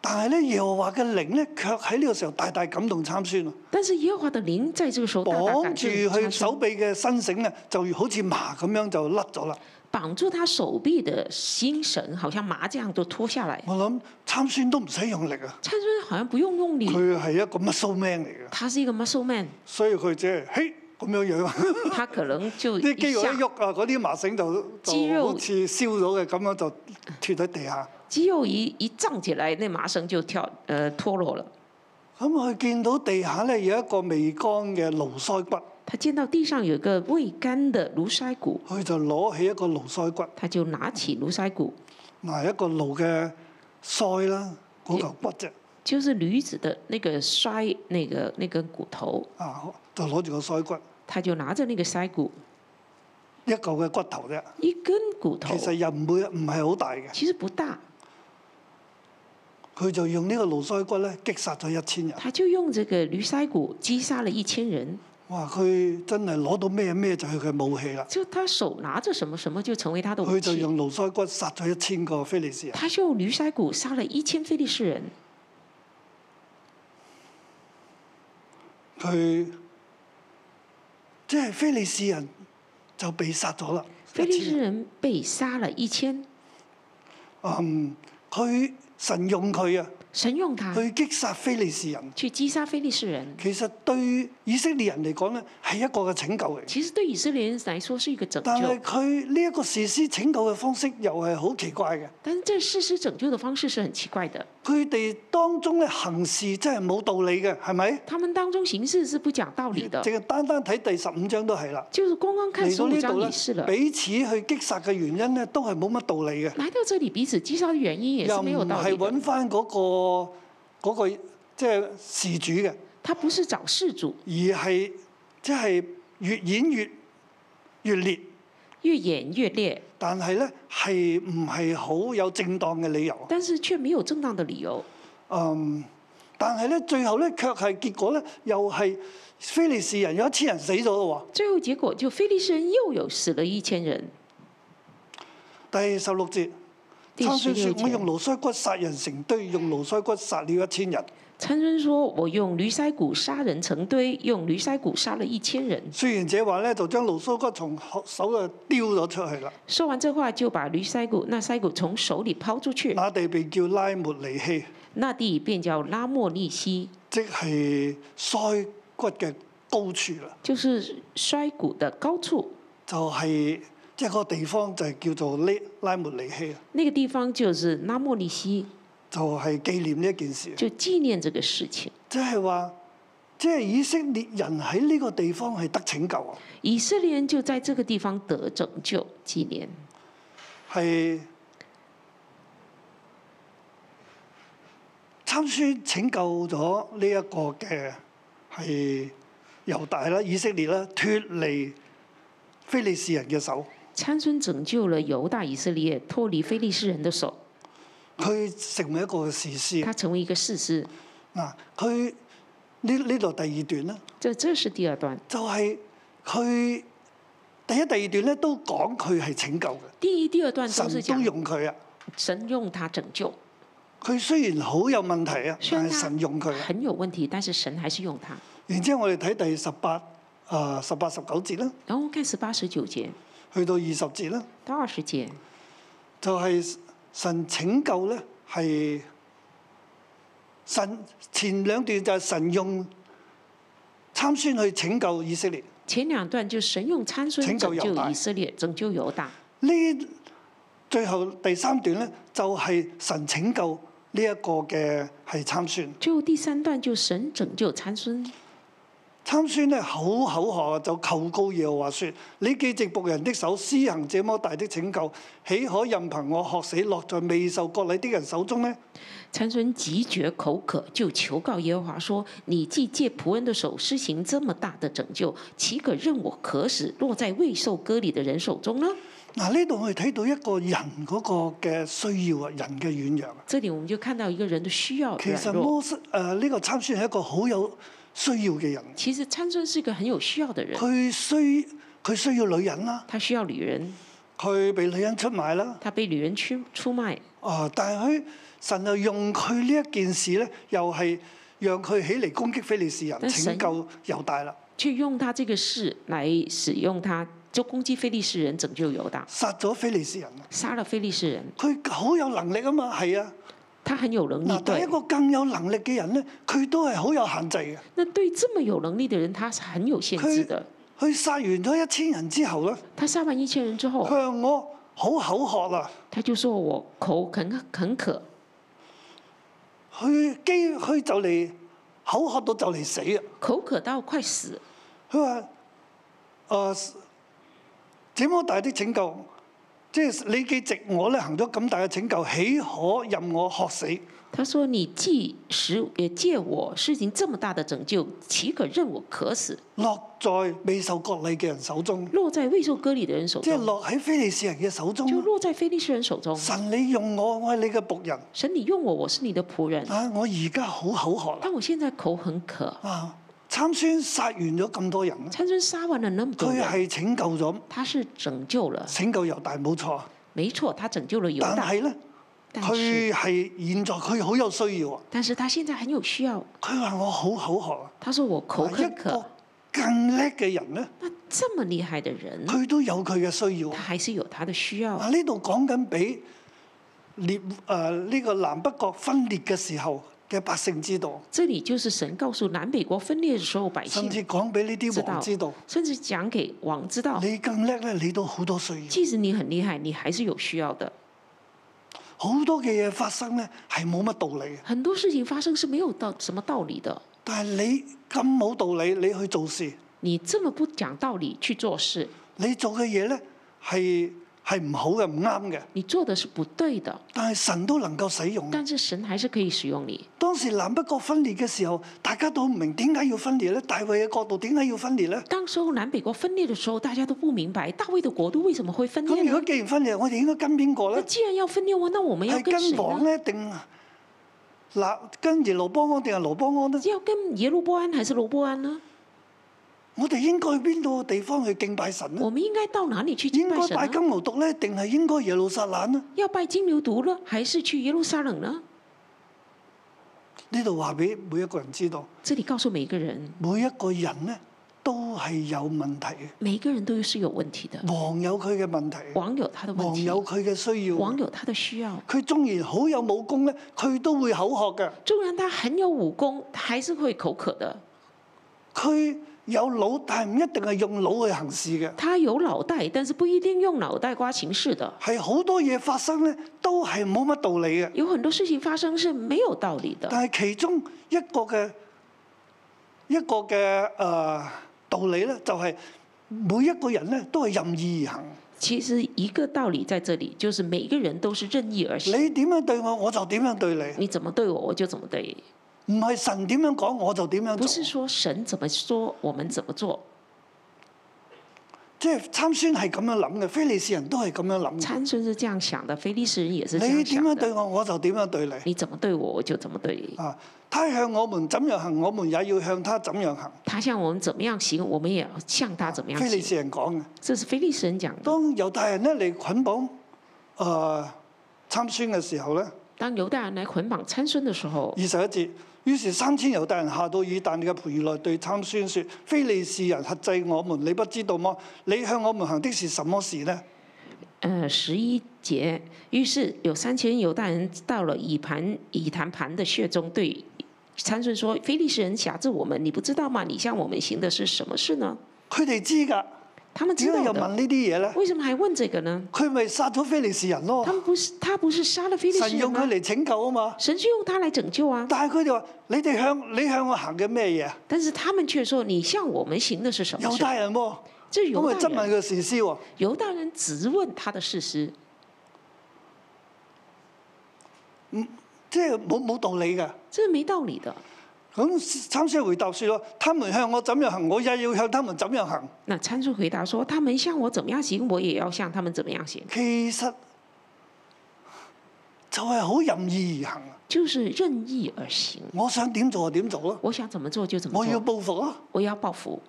但係咧耶和華嘅靈咧，卻喺呢個時候大大感動參孫啊！
但是耶和華的靈在這個時候大大
綁
感
住
動參
佢手
孫，
臂嘅新繩咧，就好似麻咁樣就甩咗啦。
綁住他手臂的心繩，好像麻這樣就脫下來。
我諗參孫都唔使用力啊，
參孫好像不用用力，
佢係一個 muscle man 嚟嘅，
他是一個 muscle man，
所以佢只係嘿咁樣樣，
他可能就
啲肌
一
肉一
下
喐啊，嗰啲麻繩就
肌
就
肉
好似燒咗嘅咁樣就脱喺地下。
肌肉一一脹起來，那麻繩就跳呃脫落了。
咁佢見到地下咧有一個未乾嘅驢腮骨，
他見到地上有一個未乾的驢腮骨，
佢就攞起一個驢腮骨。
他就拿起驢腮骨，
嗱一個驢嘅腮啦，嗰嚿骨啫，
就是驴子的那個腮那個那根骨頭，
啊就攞住個腮骨，
他就拿着那個腮骨
一嚿嘅骨頭啫，
一根骨頭
其，實又唔會唔係好大嘅，
其實不大，
佢就用呢個驢腮骨咧擊殺咗一千人。
他就用這個驴腮骨擊殺了一千人。
哇！佢真係攞到咩咩就係佢武器啦，
就他手拿着什麼什麼就成為他的武
佢就
器。
用驢腮骨殺咗一千個非利士人。
他就用驴腮骨殺了一千非利士人。
佢即係非利士人就被殺咗啦，
非利
一
士
千人
人被殺了一千，
嗯，佢神用佢啊，
神用他
去擊殺非利士人。
去擊殺非利士人。
其實對以色列人嚟講咧，係一個嘅拯救嚟。
其實對以色列人來說是一個拯
但係
救，
佢呢一個士師拯救嘅方式又係好奇怪嘅。
但是這事實拯救的方式是很奇怪的。
佢哋當中咧行事真係冇道理嘅，係咪？
他們當中行事是不講道理的，
淨係單單睇第十五章都係啦。
就是光光看
嚟
十
到
五
呢
章
度
也是
咧，
了。
彼此去擊殺嘅原因咧，都係冇乜道理嘅，
來到這裡彼此擊殺的原因也
又
是
唔
沒有道
係
理
揾
的。
翻嗰個嗰、個即係事主嘅，
他不是找事主，
而係即係越演越越烈，
越演越烈，
但係咧係唔係好有正當嘅理由？
但是却没有正當的理由。
嗯，但係咧最後咧卻係結果咧又係非利士人有一千人死咗咯
最後結果就非利士人又有死了一千人。
喎。第十六節，
第
參
十
孫
六
說：我用
節，
驢腮骨殺人成堆，用驢腮骨殺了一千人。
參孫說：我用驢腮骨殺人成堆，用驢腮骨殺了一千人。
雖然這話咧就將驢腮骨從手啊丟咗出去啦，
說完這話，就把驢腮骨那腮骨從手裡拋出去，
那地被叫拉末尼希，
那地便叫拉莫利西，
即係腮骨嘅高處啦。
就是摔骨的高處。
就係即係個地方就係叫做呢拉末尼希啊，
那個地方就是拉莫利西，
就係、紀念呢一件事，
就紀念這個事情。
即係話即係以色列人喺呢個地方係得拯救啊，
以色列人就在這個地方得拯救，紀念。
係參孫拯救咗呢一個嘅係猶大啦、以色列啦，脱離非利士人嘅手，
參孫拯救了猶大以色列，脫離非利士人的手，
佢成為一個士師啊
他成為一個士師。
嗱，佢呢呢度第二段啦。
這這是第二段，
就係佢第一、第二段咧都講佢係拯救嘅，
第一、第二段都是
神都
講
用佢啊！
神用他拯救，
佢雖然好有問題啊，
雖
但係
然他
神用佢啊。
很有問題，但是神還是用他。
然之後我哋睇第十八啊十八十九節啦，
然後看十八十九節
去到二十節啦，
到二十節，
就係、神拯救咧係神前兩段就係神用參孫去拯救以色列，
前兩段就是神用參
拯
孫
救
拯
猶大
救以色列，拯救猶大。
呢最後第三段咧就係、神拯救呢一個嘅係參孫。
最後第三段就神拯救參孫，
參孫咧口口渴就求告耶和華說：你既藉僕人的手施行這麼大的拯救，豈可任憑我渴死落在未受割禮的人手中呢？
參孫急覺口渴，就求告耶和華說：“你既借僕人的手施行這麼大的拯救，岂可任我渴死落在未受割禮的人手中呢
嗱，呢度我哋睇到一個人嗰個嘅需要啊，人嘅軟弱啊。？”
這裡我們就看到一個人的需要
其
軟
實
弱。
摩西誒呢個參孫係一個好有需要嘅人，
其實參孫是一個很有需要的人，
佢需佢需要女人啦，
他需要女人，
佢被女人出賣啦，
他被女人出出賣，
啊、但係佢神就用佢呢一件事咧，又係讓佢起嚟攻擊非利士人，
但
拯
神
救猶大啦。
去用他這個事來使用他，就攻擊非利士人，拯救猶大，
殺咗非利士人啊！
殺了非利士人。
佢好有能力啊嘛，係啊。
他很有能力
嗱，，但係
對
一。個更有能力嘅人咧，佢都係好有限制嘅。
那對這麼有能力的人，他是很有限制的。
佢殺完咗一千人之後咧，
他殺完一千人之後
佢，話我好口渴啦，啊
他就說我口很很渴，
佢基佢就嚟口渴到就嚟死啊！
口渴到快死。
佢話：誒、這麼大的拯救，即係你既藉我咧行咗咁大嘅拯救，豈可任我渴死？
他說：“你既使也借我事情這麼大的拯救，豈可任我渴死，
落在未受割禮嘅人手中，
落在未受割禮的人手
即係
中，
落喺非利士人嘅手中
就
啊。
落在非利士人手中。
神你用我，我係你嘅仆人
神，你用我，我是你的僕人，
啊！我而家好口渴啦
但我現在口很渴。
啊！參孫殺完咗咁多人，
參孫殺完了那麼多
佢
人，
係拯救咗，
他是拯救了，
拯救猶大冇錯，
沒錯，他拯救了猶
但
大，
係咧，
但是
佢係現在佢好有需要啊！
但是他現在很有需要。
佢話我好口渴啊！
他說我口
一
很渴
個。”更叻嘅人咧，
那這麼厲害的人，
佢都有佢嘅需要
他。還是有他的需要。
嗱，呢度講緊俾列誒呢個南北國分裂嘅時候嘅百姓知道，
這裡就是神告訴南北國分裂的時候百
甚
姓，
至講俾呢啲王知
哎知哦
道，
甚至講給王知道，
你更叻咧，你都好多需要。
即使你很厲害，你還是有需要的。
好多嘅嘢發生咧係冇乜道理嘅，
很多事情發生是沒有道什麼道理的。
但係你咁冇道理，你去做事，
你這麼不講道理去做事，
你做嘅嘢咧係係唔好嘅、唔啱嘅，
你做的是不对的，
但係神都能夠使用。
但是神还是可以使用你。
當時南北國分裂嘅時候，大家都唔明點解要分裂咧？大衛嘅國度點解要分裂咧？
当时候南北国分裂的时候，大家都不明白大卫的国度为什么会分
咁
裂
如果
呢？
既然分裂，我哋應該跟邊個
那
咧？
既然要分裂，那我们要
係
跟谁
跟王
呢？
咧，定嗱跟耶路波安定係羅波安呢？
要跟耶路波安还是罗波安呢？
我哋應該去邊度地方去敬拜神呢？
我们应该到哪里去敬
應
拜
該嗯
神啊
拜
呢？
金牛犢咧，定係應該耶路撒冷呢？
要拜金牛犊呢，还是去耶路撒冷呢？
呢度話俾每一個人知道，
这里告诉每一个人，
每一個人咧都係有問題嘅。
每一个人都是有问题的。
王有佢嘅問題，
王有他的
嗯
问
王
题，
有佢嘅需要。
王有他的需要。
佢縱然好有武功咧，佢都會口渴嘅。
纵然他很有武功，他还是会口渴的。
佢有腦，但係唔一定係用腦去行事嘅。
他有脑袋，但是不一定用脑袋瓜行事的。
係好多嘢發生咧，都係冇乜道理嘅。
有很多事情发生是没有道理的，
但係其中一個嘅一個嘅誒、呃道理咧，就係、每一個人咧都係任意而行。
其实一个道理在这里，就是每一个人都是任意而行。
你點樣對我，我就點樣對你。
你怎么对我，我就怎么对你，
唔係神點樣講，我就點樣
不是
做。
说神怎么说，我们怎么做。
即係參孫係咁樣諗嘅，非利士人都係咁樣諗嘅。
参孙是这样想的，非利士人也是这
你
样
點
想
樣對
的。
我，我就點樣對你。
你怎么对我，我就怎么对你。
啊！他向我們怎樣行，我們也要向他怎樣行。
他向我们怎么样行，我们也要向他怎么样
非利
行。
士人講嘅。
这是非利士人讲的。
當猶太人咧嚟捆綁誒參孫嘅時候咧，
当犹大人来捆綁參孫的时候
二，十一節，於是三千猶大人下到以但嘅培內，對參孫說：非利士人克制我們，你不知道嗎？你向我們行的是什麼事呢？
呃，十一节，于是有三千犹大人到了以盘以坛盘的穴中，对参孙说：“非利士人辖制我们，你不知道吗？你向我们行的是什么事呢
佢哋知㗎，？”
他们知
點解
道
又問
的，
呢啲嘢咧？
为什么还问这个呢？
佢咪殺咗非利士人咯
他？们不是他不是杀了非利士
神
人
用佢
吗？
嚟拯救啊嘛！
神是用他来拯救啊，
但係佢哋話：你哋向你向我行嘅咩嘢啊？
但是他们却说：“你向我们行的是什么
猶
事
太人喎，？”
这是
咁
犹
咪
大
質問
人，
佢士師喎。
犹大人直问他的事实，
即係冇冇道理嘅。
这是没道理的。
咁參孫回答説咯：他們向我怎樣行，我也要向他們怎樣行。
那参孙回答说：“他们向我怎么样行，我也要向他们怎么样行，
其實就係好任意而行。
就是任意而行。
我想點做就點做咯，
我想怎么做就怎么
我要啊
做，
報復咯。
我要报复。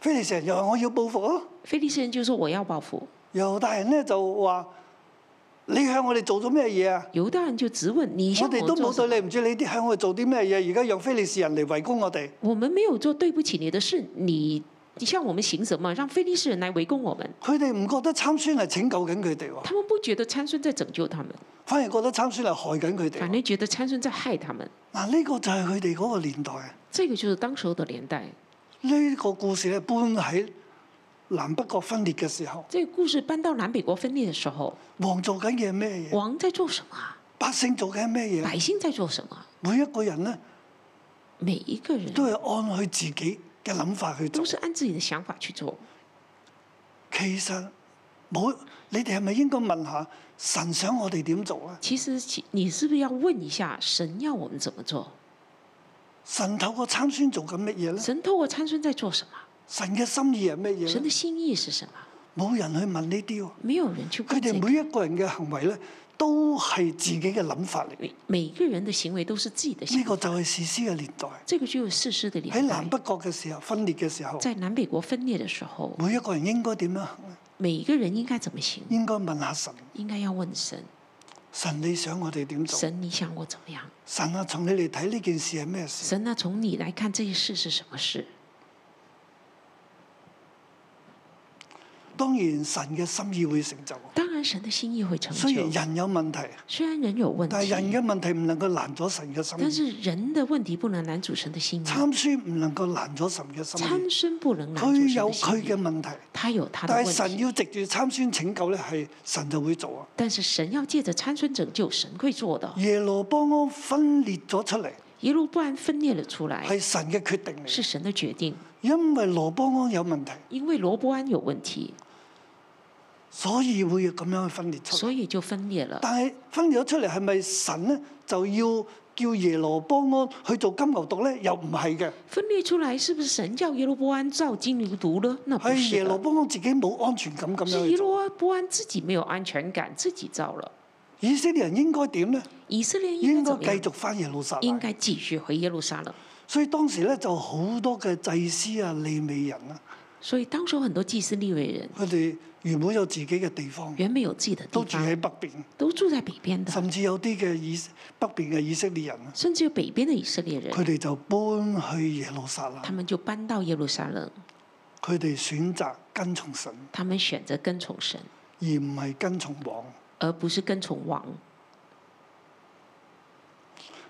非利士人又話我要報復咯，”
菲利士人就说：“我要报复。
猶大人咧就話：你向我哋做咗咩嘢啊”？
犹大人就直问：“你
我
向
哋
我
都
做
冇
什么？
對你唔知，你啲向我哋做啲咩嘢？而家讓非利士人嚟圍攻我哋，
我们没有做对不起你的事，你你向我们行什么？让菲利士人来围攻我们。
佢哋唔覺得參孫係拯救緊佢哋喎，
他们不觉得参孙在拯救他们，
反而覺得參孫係害緊佢哋
反
喎。
而觉得参孙在害他们。
嗱，呢個就係佢哋嗰個年代。啊
这个就是当时候的年代。
呢個故事咧搬喺南北國分裂嘅時候，
这个故事搬到南北国分裂的时候，
王做緊嘅咩嘢？
王在做什么啊？
百姓做緊咩嘢？
百姓在做什么？
每一個人咧
每一个人
都係按佢自己嘅諗法去做
都。是按自己的想法去做。
其實冇，你哋係咪應該問下神想我哋點做啊咧？
其实其，你是不是要问一下神要我们怎么做？
神透過參孫做緊乜嘢咧？
神透过参孙在做什么？
神嘅心意係乜嘢
神的
咧？
心意是什么？
冇人去問呢啲喎。
没有人去
佢
问这
哋
个。
每一個人嘅行為咧，都係自己嘅諗法嚟。
每每一个人的行为都是自己的
呢
想
個
法。
就係史詩嘅年代。
这个就是事实的
喺
年代
南。北國嘅時候，分裂嘅時候，
在南北国分裂的时候，
每一個人應該點樣行咧？
每一个人应该怎么行？
應該問下神，
应该要问神：
神你想我哋點做？
神，你想我怎么样？
神啊，從你嚟睇呢件事係咩事？
神啊，从你来看这些事是什么事？
當然神嘅心意會成就。
当然，神的心意会成
雖然
就。
人有問題，
虽然人有问
但係人
题，
嘅問題唔能夠攔咗神嘅
但
心意，
是人的问题不能拦阻神的心意。
參孫唔能夠攔咗神嘅心
参
意。
孙不能拦阻
佢
神
有
的
佢
心
嘅
意，
問題，
他有他的
但
问
係神
题。
要藉住參孫拯救咧，係神就會做啊。
但是神要借着参孙拯救，神会做的。
耶羅波安分裂咗出嚟，
耶路波安分裂了出来，
係神嘅決定嚟
是
嘅，
神的决定，
因為羅波安有問題，
因为罗伯安有问题，
所以會咁樣去分裂出嚟。
所以就分裂了。
但係分裂咗出嚟係咪神咧就要叫耶羅波安去做金牛犢咧？又唔係嘅，
分裂出來是不是神叫耶罗波安造金牛犊呢？那不
係
是
哎耶羅
的，
波安自己冇安全感咁樣
是
去
耶
做。
罗波安自己沒有安全感，自己造了。
以色列人應該點咧？
以色列
應
應該
該
怎麼樣
繼續翻耶路撒
應
冷。
該繼續回耶路撒冷。
所以當時咧就好多嘅祭司啊、利未人啊，
所以當時有很多祭司立位人
佢哋原本有自己嘅地方，
原本有自己的
都
地
住
方，
喺北邊，
都住在北邊的，
甚至有啲嘅以北邊嘅以色列人啊，
甚至有北邊的以色列人，
佢哋就搬去耶路撒冷
他，們就搬到耶路撒冷，
佢哋選擇跟從神，
他們選擇跟從神，
而唔係跟從王。
而不是跟從王。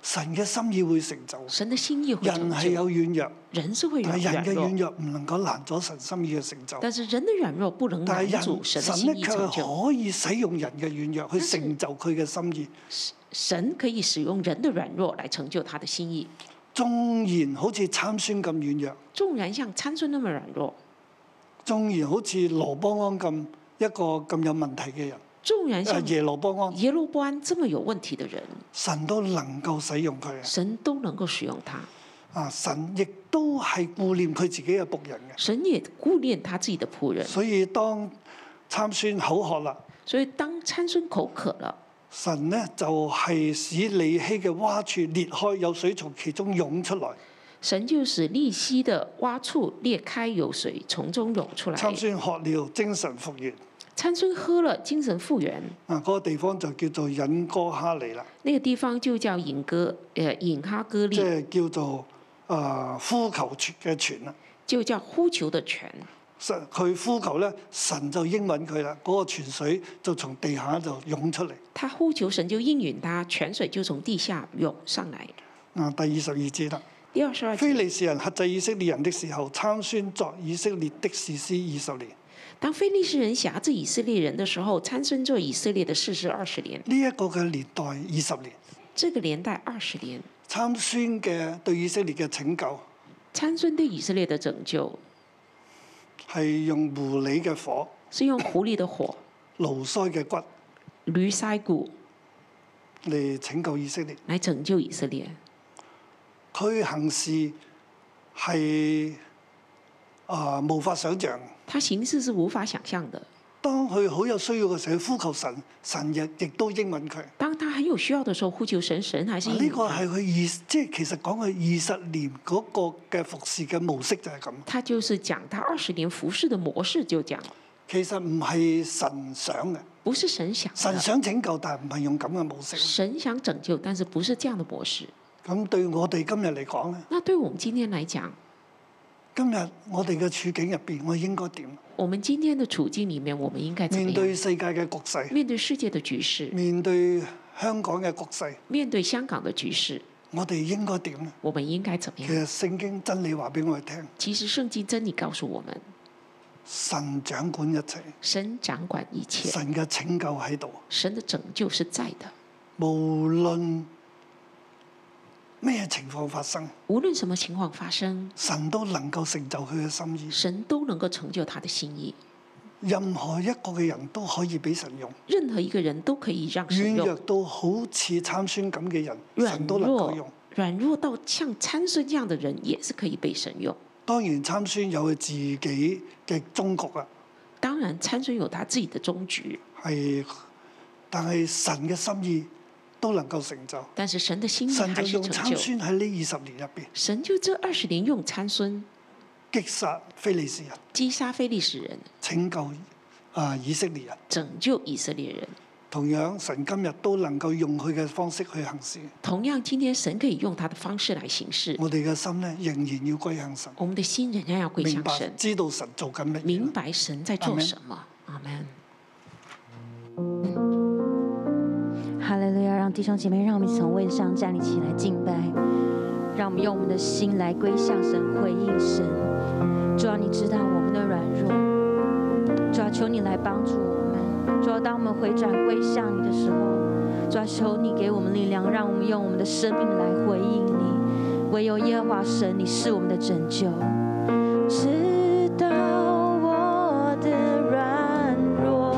神嘅心意會成就。
神的心意會
人
成
係
就，
有軟弱，
人是會
但係人
軟
嘅軟
弱，
弱唔能夠攔阻神心意嘅成就。
但是人的軟弱不能
但係
攔
人
阻神的
神
心
咧
意
卻
成就。嗯
係可以使用人嘅軟弱去
但是
成就佢嘅心意。
神可以使用人的软弱来成就他的心意，
縱然好似參孫咁軟弱，
纵然像参孙那么软弱，
縱然好似羅波安咁一個咁有問題嘅人，
纵然
啊
像
耶羅波安，
耶路波安这么有问题的人，
神都能夠使用佢啊！
神都能够使用他，
啊，神亦都係顧念佢自己嘅仆人嘅。
神也顾念他自己的仆人。
所以當參孫口渴啦，
所以当参孙口渴了，
神呢就係使利希嘅窪處裂開，有水從其中湧出來。
神就使利息的洼处裂开，有水从中涌出来。
參孫喝了，精神復原。
参孙喝了，精神复原。
啊，嗰、個地方就叫做引哥哈利啦，
那个地方就叫引哥，呃，引哈哥
即
利，
係叫做啊、呼求泉嘅泉啦。
就叫呼求的泉。
神佢呼求咧，神就應允佢啦。嗰、個泉水就從地下就湧出嚟。
他呼求神就应允他，泉水就从地下涌上来。
啊，第二十二節啦，
第二十二
非
节，
利士人克制以色列人的時候，參孫作以色列的士師二十年。
当非利士人辖制以色列人的时候，参孙做以色列的士师二十年，
呢、一個嘅年代二十年，
这个年代二十年，
參孫嘅對以色列嘅拯救
参孙对以色列的拯救
係用狐狸嘅火、
是用狐狸的火、
驢腮嘅骨
驴腮骨
嚟拯救以色列。
来拯救以色列。
佢行事係啊、無法想像。
他形式是无法想象的。
當佢好有需要嘅時候，佢呼求神，神亦亦都應允佢。啊
当他很有需要的时候呼求神，神还是应
呢
允
個
他。
係佢二，即係其實講佢二十年嗰個嘅服侍嘅模式就係咁。
他就是讲他二十年服侍的模式，就讲
其實唔係神想嘅，
不是神想
神
的，
想拯救，但係唔係用咁嘅模式。
神想拯救，但是不是这样的模式。
咁對我哋今日嚟講咧，
那对我们今天来讲，
今日我哋嘅處境入邊，我應該點？
我们今天的处境里面，我们应该怎么
面
样？
對世界嘅局勢，
面对世界的局势，
面對香港嘅局勢，
面對香港的局勢，
我哋應該點咧？
我們應該怎麼
其
樣？
實聖經真理話俾我哋聽，
其實聖經真理告訴我們，
神掌管一切，
神掌管一切，
神嘅拯救喺度，
神的拯救是在的。
無論咩情況發生，
無論什麼情況發生，
神都能夠成就佢嘅心意。
神都能夠成就他的心意。
任何一個嘅人都可以俾神用，
任何一個人都可以讓神
軟弱
用，
到好似參孫咁嘅人，神都
軟
能夠
弱
用。
軟弱到像參孫這樣的人也是可以被神用。
當然參孫有佢自己嘅忠局啊，
當然，參孫有他自己的終局，
係，但係神嘅心意都能夠成就。
但是神的心意
神就
還嗯是
用
成
參
就。
孫喺呢二十年入邊
神就這二十年用參孫
擊殺非利士人。
擊殺非利士人，
拯救啊以色列人。
拯救以色列人。
同樣，神今日都能夠用佢嘅方式去行事。
同樣，今天神可以用他的方式來行事，
我哋嘅心呢，仍然要歸向神，
我們的心仍然要歸
明
向
白
神，
知道神做緊乜嘢
明。白神在做什麼。阿門。
哈利路亚！让弟兄姐妹，让我们从位上站立起来敬拜，让我们用我们的心来归向神，回应神。主啊，你知道我们的软弱，主啊，求你来帮助我们。主啊，当我们回转归向你的时候，主啊，求你给我们力量，让我们用我们的生命来回应你。唯有耶和华神，你是我们的拯救。知道我的软弱。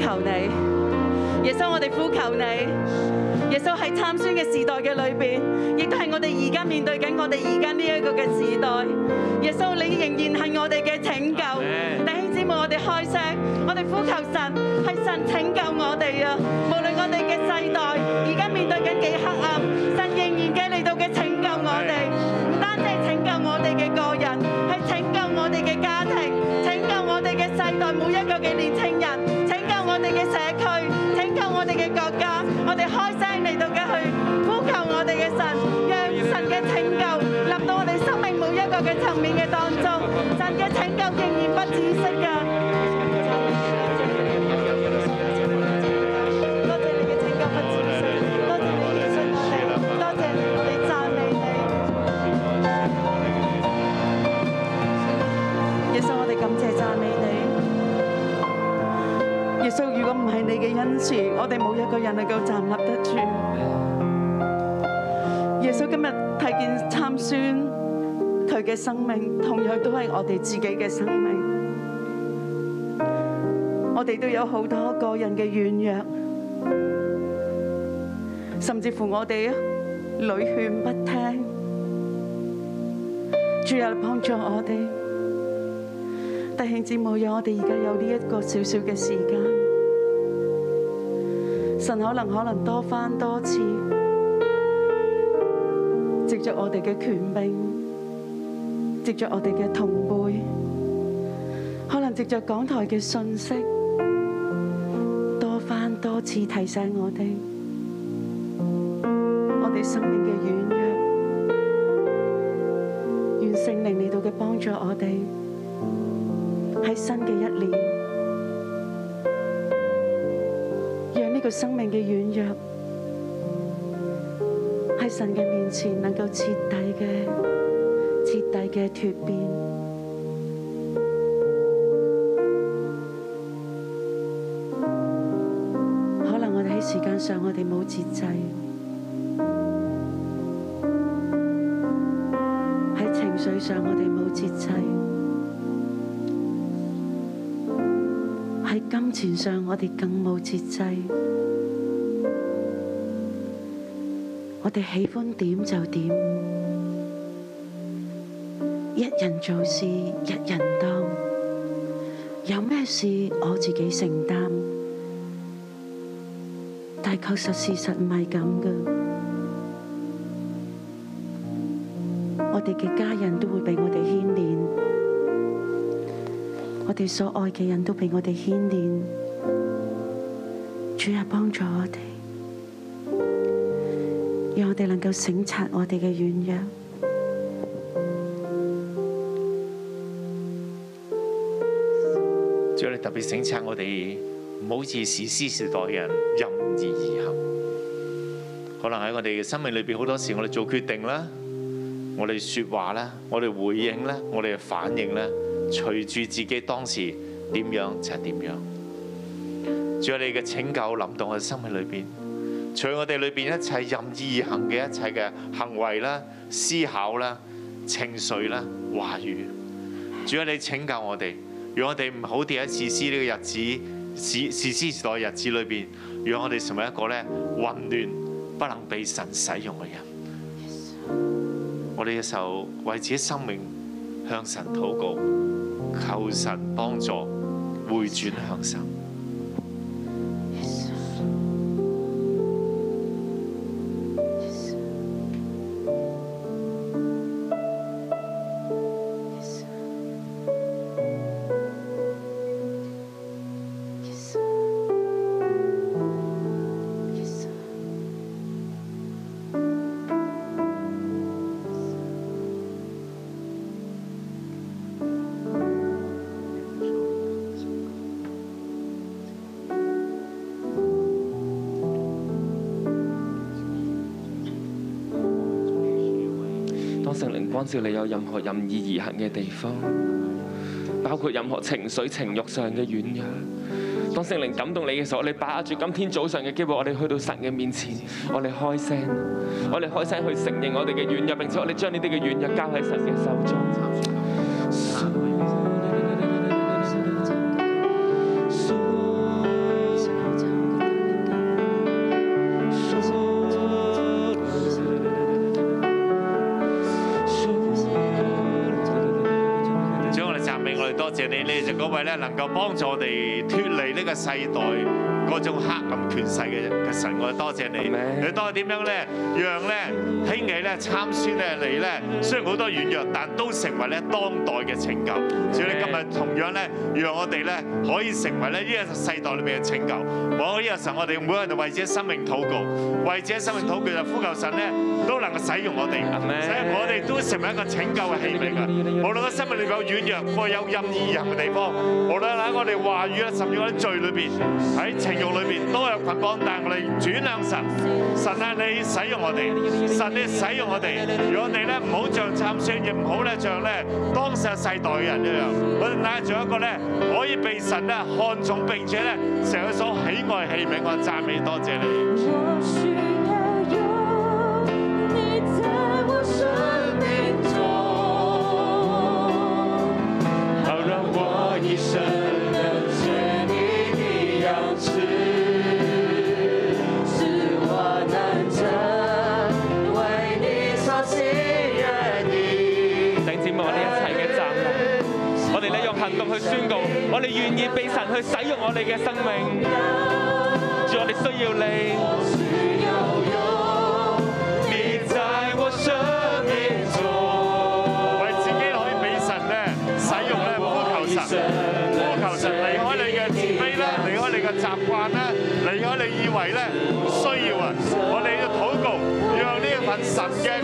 求你，耶穌我哋呼求你，耶穌喺參孫嘅時代嘅裏邊，亦都係我哋而家面對緊我哋而家呢一個嘅時代，耶穌你仍然係我哋嘅拯救，弟兄姊妹我哋開聲，我哋呼求神，係神拯救我哋啊！無論我哋嘅世代而家面對緊幾黑暗，神仍然嘅嚟到嘅拯救我哋，唔單止係拯救我哋嘅個人，係拯救我哋嘅家庭，拯救我哋嘅世代每一個嘅年青人，拯救我哋嘅社區，拯救我哋嘅國家。我哋開聲嚟到嘅去呼求我哋嘅神，讓神嘅拯救臨到我哋生命每一個嘅層面嘅當中。神嘅拯救仍然不止息㗎。多謝你嘅拯救不止息，多謝你嘅信我哋，多謝我哋讚美你。耶穌，我哋感謝讚美你。耶穌，如果唔係你嘅恩慈，我哋冇一個人能夠站立得住。耶穌今日睇見參孫，佢嘅生命同樣都係我哋自己嘅生命。我哋都有好多個人嘅軟弱，甚至乎我哋屢勸不聽。主啊，幫助我哋。弟兄姊妹，讓我哋而家有呢一個少少嘅時間，神可能可能多番多次，藉着我哋嘅權柄，藉着我哋嘅同輩，可能藉着港台嘅信息，多番多次提醒我哋，我哋生命嘅軟弱，願聖靈嚟到嘅幫助我哋。喺新嘅一年，讓呢個生命嘅軟弱喺神嘅面前能夠徹底嘅、徹底嘅脱變。可能我哋喺時間上我哋冇節制，喺情緒上我哋冇節制。喺金錢上，我哋更冇節制。我哋喜歡點就點，一人做事一人當，有咩事我自己承擔。但係確實事實唔係咁嘅，我哋嘅家人都會被我哋牽連。我哋所愛嘅人都被我哋牽連，主啊，幫助我哋，讓我哋能夠省察我哋嘅軟弱。
主啊，你特別省察我哋，唔好似史詩時代嘅人任意而行。可能喺我哋嘅生命裏邊，好多時我哋做決定啦，我哋説話啦，我哋回應啦，我哋嘅反應啦，隨住自己當時點樣就係點樣。主啊，你嘅拯救臨到我哋生命裏邊，除我哋裏邊一切任意而行嘅一切嘅行為啦、思考啦、情緒啦、話語。主啊，你拯救我哋，讓我哋唔好跌喺士師呢個日子、士士師時代嘅日子裏邊，讓我哋成為一個咧混亂、不能被神使用嘅人。我哋嘅時候為自己生命向神禱告，求神幫助，回轉向神。
當聖靈光照你有任何任意而行嘅地方，包括任何情緒、情慾上嘅軟弱。當聖靈感動你嘅時候，你把握住今天早上嘅機會，我哋去到神嘅面前，我哋開聲，我哋開聲去承認我哋嘅軟弱，並且我哋將呢啲嘅軟弱交喺神嘅手中。
耶穌，
命，我哋多謝你，你就嗰位咧能夠幫助我哋脱離呢個世代嗰種黑暗權勢嘅嘅神，我哋多謝你。
Amen
你多點樣咧，讓咧興起咧參孫咧你咧，雖然好多軟弱，但都成為咧當代嘅拯救。主你今日同樣咧，讓我哋咧可以成為咧呢個世代裏面嘅拯救。我呢個神，我哋每個人都為自己生命禱告，為自己生命禱告就呼求神咧都能夠使用我哋，
Amen
使用我哋都成為一個拯救嘅器皿啊！無論我生命裏面有軟弱，我有任意人嘅地方，無論喺我哋話語啊，甚至我哋罪裏邊，喺情慾裏邊都有捆綁，但係我哋轉向神，神啊，你使用我哋，神你使用我哋，如果你咧唔好像參孫，亦唔好咧像咧當時嘅世代嘅人一樣，我哋乃係做一個咧可以被神咧看重並且咧成為所喜愛嘅器皿，我讚美多謝你。
我需要有你在我生命中，好让我一生能见你的样子，使我能成为你所喜悦的。
弟兄姊妹，我哋一齊嘅站立，我哋咧用行動去宣告，我哋願意被神去使用我哋嘅生命。主，我哋需要你。
你在我生命中，為自己可以俾神咧使用咧，呼求神，呼求神離開你嘅自卑啦，離開你嘅習慣啦，離開你以為咧唔需要啊！我哋要禱告，讓呢一份神嘅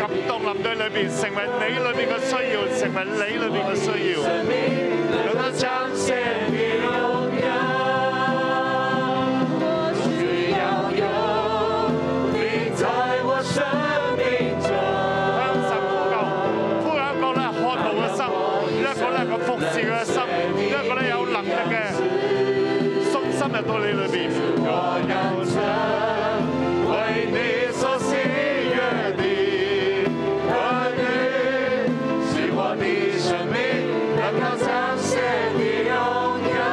感動臨到裏邊，成為你裏邊嘅需要，成為你裏邊嘅需要。有得彰顯你榮耀，我需要有。你在我生命中，向神呼求，呼求一個咧渴慕嘅心，一個咧個服侍嘅心，一個咧有能力嘅信心入到你裏邊。我有神，為你所喜悦的兒女，使我的生命能夠彰顯你榮耀。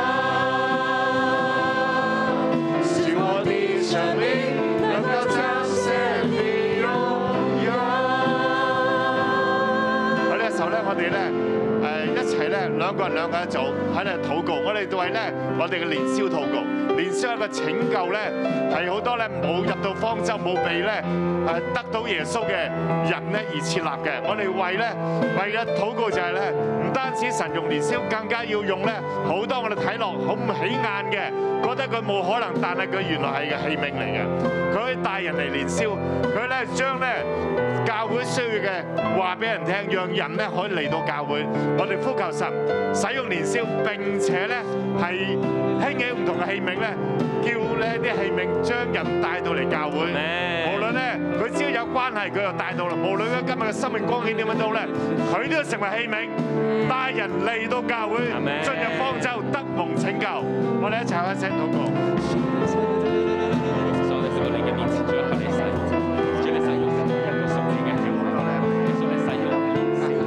使我的生命能夠彰顯你榮耀。喺呢個時候咧，我哋咧誒一齊咧兩個人兩個一組喺度禱告，我哋為咧我哋嘅年宵禱告。年宵係一個拯救咧，係好多咧冇入到方舟、冇被咧誒得到耶穌嘅人咧而設立嘅。我哋為咧為嘅禱告就係咧，唔單止神用年宵，更加要用咧好多我哋睇落好唔起眼嘅，覺得佢冇可能，但係佢原來係嘅器皿嚟嘅，佢可以帶人嚟年宵，佢咧將咧教會需要嘅話俾人聽，讓人咧可以嚟到教會。我哋呼求神使用年宵，並且咧係興起唔同嘅器皿咧，叫呢啲器皿將人帶到嚟教會。無論咧佢只要有關係，佢就帶到啦。無論佢今日嘅生命光景點樣都好咧，佢都要成為器皿，帶人嚟到教會，
Amen
進入方舟，得蒙拯救。我哋一齊開聲禱告。
主，我哋嚟到你嘅面前，主，求你使用，主你使用神一個屬你嘅器皿，主你使用你嘅使用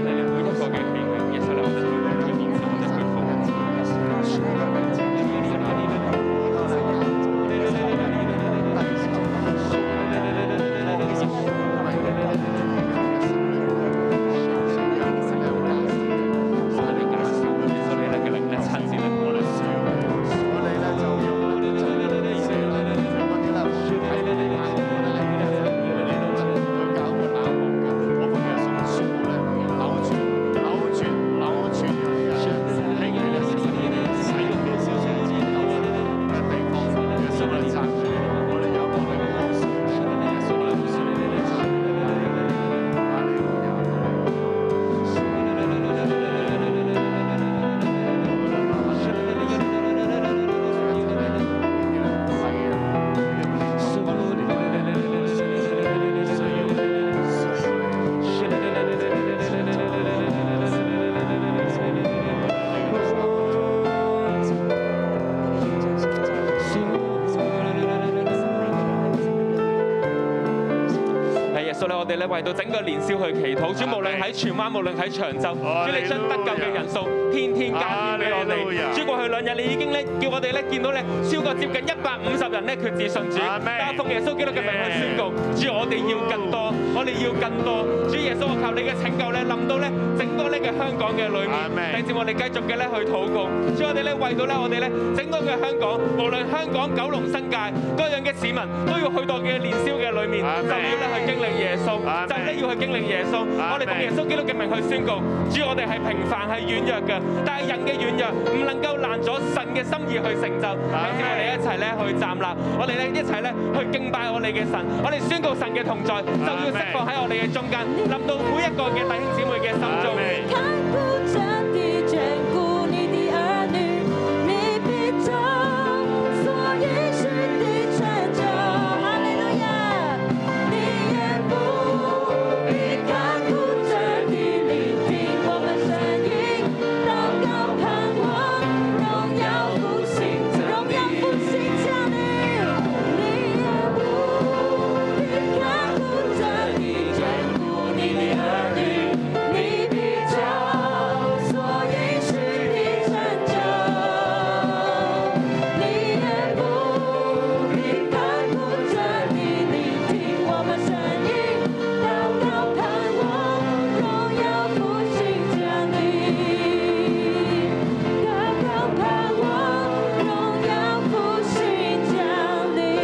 你嘅每一個嘅器皿，耶穌你我哋嚟到你嘅面前，我哋去奉獻。我哋感受耶穌你嘅靈力親自嚟，我哋需要。我哋咧就用我哋哋咧為到整個年宵去祈禱，主無論喺荃灣，無論喺長洲，主你將得救嘅人數天天加添俾我哋。主過去兩日你已經咧叫我哋咧見到咧超過接近一百五十人咧決志信主，加奉耶穌基督嘅名去宣告。主我哋要更多，我哋要更多。主耶穌，我求你嘅拯救咧，臨到咧整個呢嘅香港嘅裏面，
Amen
甚至我哋繼續嘅咧去禱告。主我哋咧為到咧我哋咧整個嘅香港，無論香港、九龍、新界各樣嘅市民都要去到嘅年宵嘅裏面，
Amen
就要咧去經歷耶穌，
Amen
就咧要去經歷耶穌。我哋奉耶穌基督嘅名去宣告，主我哋係平凡係軟弱嘅，但係人嘅軟弱唔能夠攔阻神嘅心意去成就。等住我哋一齊咧去站立，我哋咧一齊咧去敬拜我哋嘅神，我哋宣告神嘅同在，就要釋放喺我哋嘅中間，臨到每一個嘅弟兄姊妹嘅心中。
看顾天地，眷顾你的儿女，你必成所应许的成就。哈利路亚！你也不必看顾天地，聆听我们声音，祷告盼望，荣耀复兴，荣耀复兴降临。你也不必看顾天地，眷顾你的儿女。你必将所应许的成就，你也不必看顾着你，聆听我们声音，祷告盼望，荣耀复兴降临，祷告盼望，荣耀复兴降临。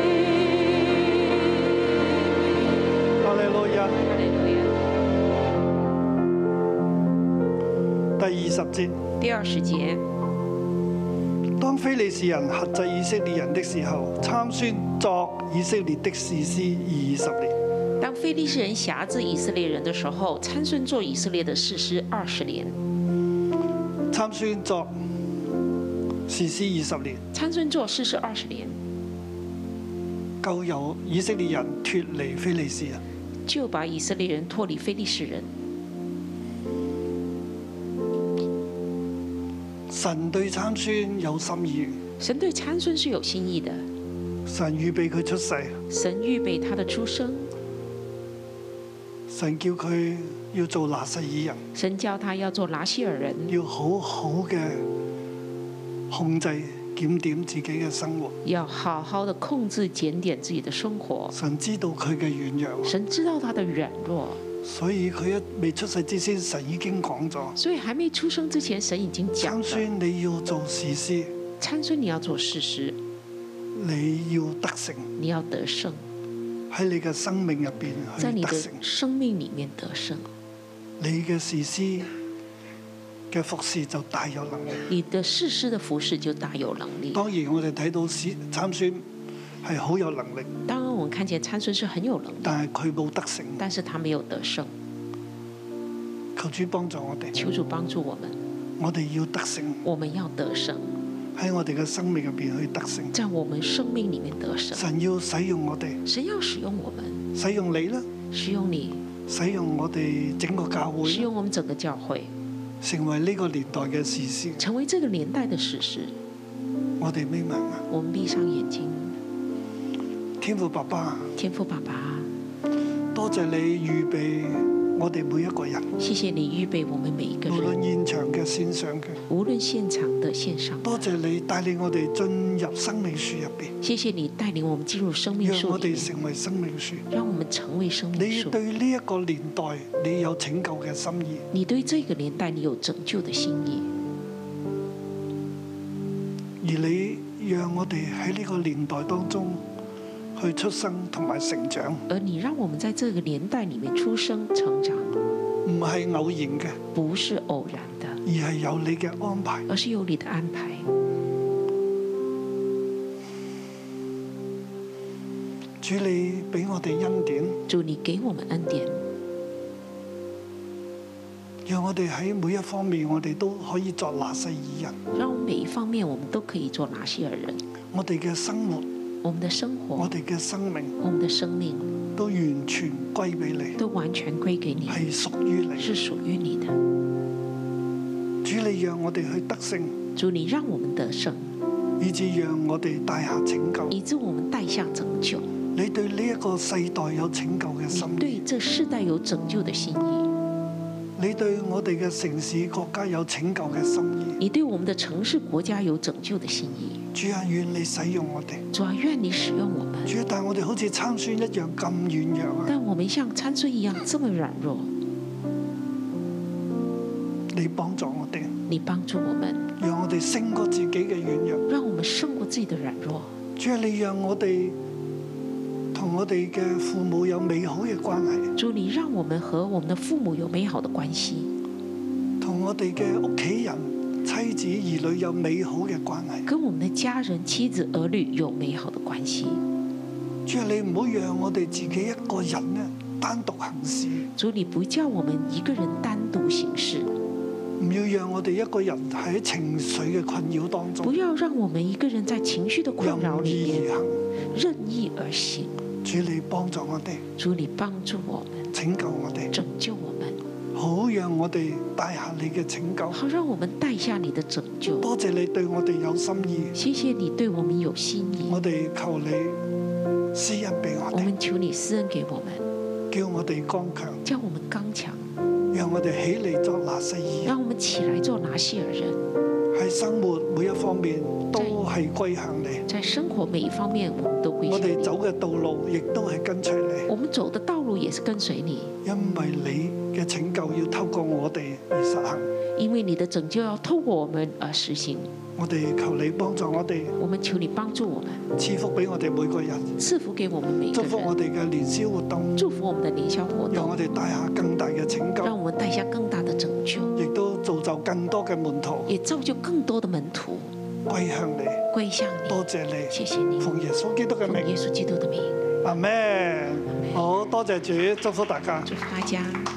哈利路亞。第二十節，
第二十节，
當非利士人轄制以色列人的時候，參孫作以色列的士師二十年。
当非利士人辖制以色列人的时候，参孙做以色列的士师二十年，
參孫作士師二十年，
参孙做士师二十年，
救由以色列人脱離非利士人。
就把以色列人脱离非利士人。
神對參孫有心意，
神对参孙是有心意的，
神預備佢出世，
神预备他的出生，
神叫佢要做拿細耳人，
神叫他要做拿西尔人，
要好好嘅控制檢點自己嘅生活。
要好好的控制检点自己的生活。
神知道佢嘅軟弱，
神知道他的软弱，
所以佢一未出世之先，神已經講咗：
所以還没出生之前，神已经讲
參
了，
孫你要做士師，
参孙你要做士师，
你要得勝
你要得胜，
喺你嘅生命入邊
在
去
你
得
的
勝。
生命里面得胜，
你嘅事師嘅服侍就大有能力。
你的士师的服饰就大有能力。
當然我哋睇到史參孫係好有能力，
当然，我们看见参孙是很有能力，
但係佢冇得勝。
但是他没有得胜。
求主幫助我哋，
求主帮助我们，
我哋要得勝
我们要得胜，
喺我哋嘅生命入邊去得勝。
在我们生命里面得胜。
神要使用我哋，
神要使用我们，
使用你啦，
使用你，
使用我哋整個教會
使
啦，
用我们整个教会，
成為呢個年代嘅事師。
成为这个年代的史诗。
我哋眯埋眼，
我们闭上眼睛，
天父爸爸，
天父爸爸，
多謝你預備我哋每一個人，
谢谢你预备我们每一个
無
人，
論現場嘅線上嘅，
无論现场的、线上的。
多謝你帶領我哋進入生命樹入邊。
谢谢你帶領我们进入生命
讓
树
我
里
哋
面，
成為生命樹。
让我們成為生命
你
树。
對呢一個年代，你有拯救嘅心意，
你對这個年代，你有拯救的心意，
而你讓我哋喺呢個年代當中去出生同埋成長，
而你讓我們在這個年代里面出生成長，
唔係偶然嘅，
不是偶然的，
而係有你嘅安排。
而是有你的安排。
主你俾我哋恩典，
主，你給我們恩典，
讓我哋喺每一方面，我哋都可以作拿細耳人。
讓我們每一方面我們都可以做拿西爾人，
我哋嘅生活，
我們的生
我
活，
哋嘅生命
我們的生命
都完全歸俾你，
都完全歸給你，
係屬於
是
你。
屬於你的。
主你讓我哋去得勝，
主，你讓我們得勝，
以至讓我哋帶下拯救。
以致我們帶下拯救，
你對呢一個世代有拯救嘅心
你
意，
对这世代有拯救的心意，
你對我哋嘅城市國家有拯救嘅心意。
你对我们的城市国家有拯救的心意。
主啊，願你使用我哋。
主啊，愿你使用我们，
主啊，但我哋好似參孫一樣咁軟弱啊！
但我们像参孙一样这么软弱，
你幫助我哋，
你帮助我们，
讓我哋勝過自己嘅軟弱。
让我们胜过自己的软弱。
主啊，你讓我哋同我哋嘅父母有美好嘅關係，
主，你让我们和我们的父母有美好的关系，
同我哋嘅屋企人、妻子、兒女有美好嘅關係。
跟我们的家人、妻子、儿女有美好的关系。
主啊，你唔好讓我哋自己一個人咧單獨行事，
主，你不叫我们一个人单独行事，
唔要讓我哋一個人喺情緒嘅困擾當
不
中
要让我们一个人在情绪的困扰
任
里
意
面
而
任意而行。
行。主，你幫助我哋，
主，你帮助我们，
拯救我哋，
拯救我们，
好讓我哋帶下你嘅拯救。
好让我们带下你的拯救。
多謝你對我哋有心意，
谢谢你对我们有心意，
我哋求你施恩俾我
我
哋，
们求你施恩给我们，
叫我哋剛強。
叫我们刚强，
讓我哋起嚟作那些嘢，
让我们起来做拿西尔人。
喺生活每一方面都係歸向你。
在生活每一方面，我们都归
我
向
哋
你。
走嘅道路亦都係跟隨你，
我们走的道路也是跟随你，
因為你嘅拯救要透過我哋而實行。
因为你的拯救要透过我们而实行。
我哋求你幫助我哋，
我们求你帮助我们，
賜福俾我哋每個人，
赐福给我们每一
祝
个
福我
人，
哋嘅年宵活動，
祝福我们的年宵活
讓
动
我，哋帶下更大嘅拯
让
救，
我们带下更大的拯救，
亦都造就更多嘅門徒
也造就更多的门徒
歸向你。
归向你。
多謝你，
谢谢你，奉
奉耶穌基督嘅名
耶，穌基督的名，
阿咩？好多謝主，祝福大家。
祝福大家。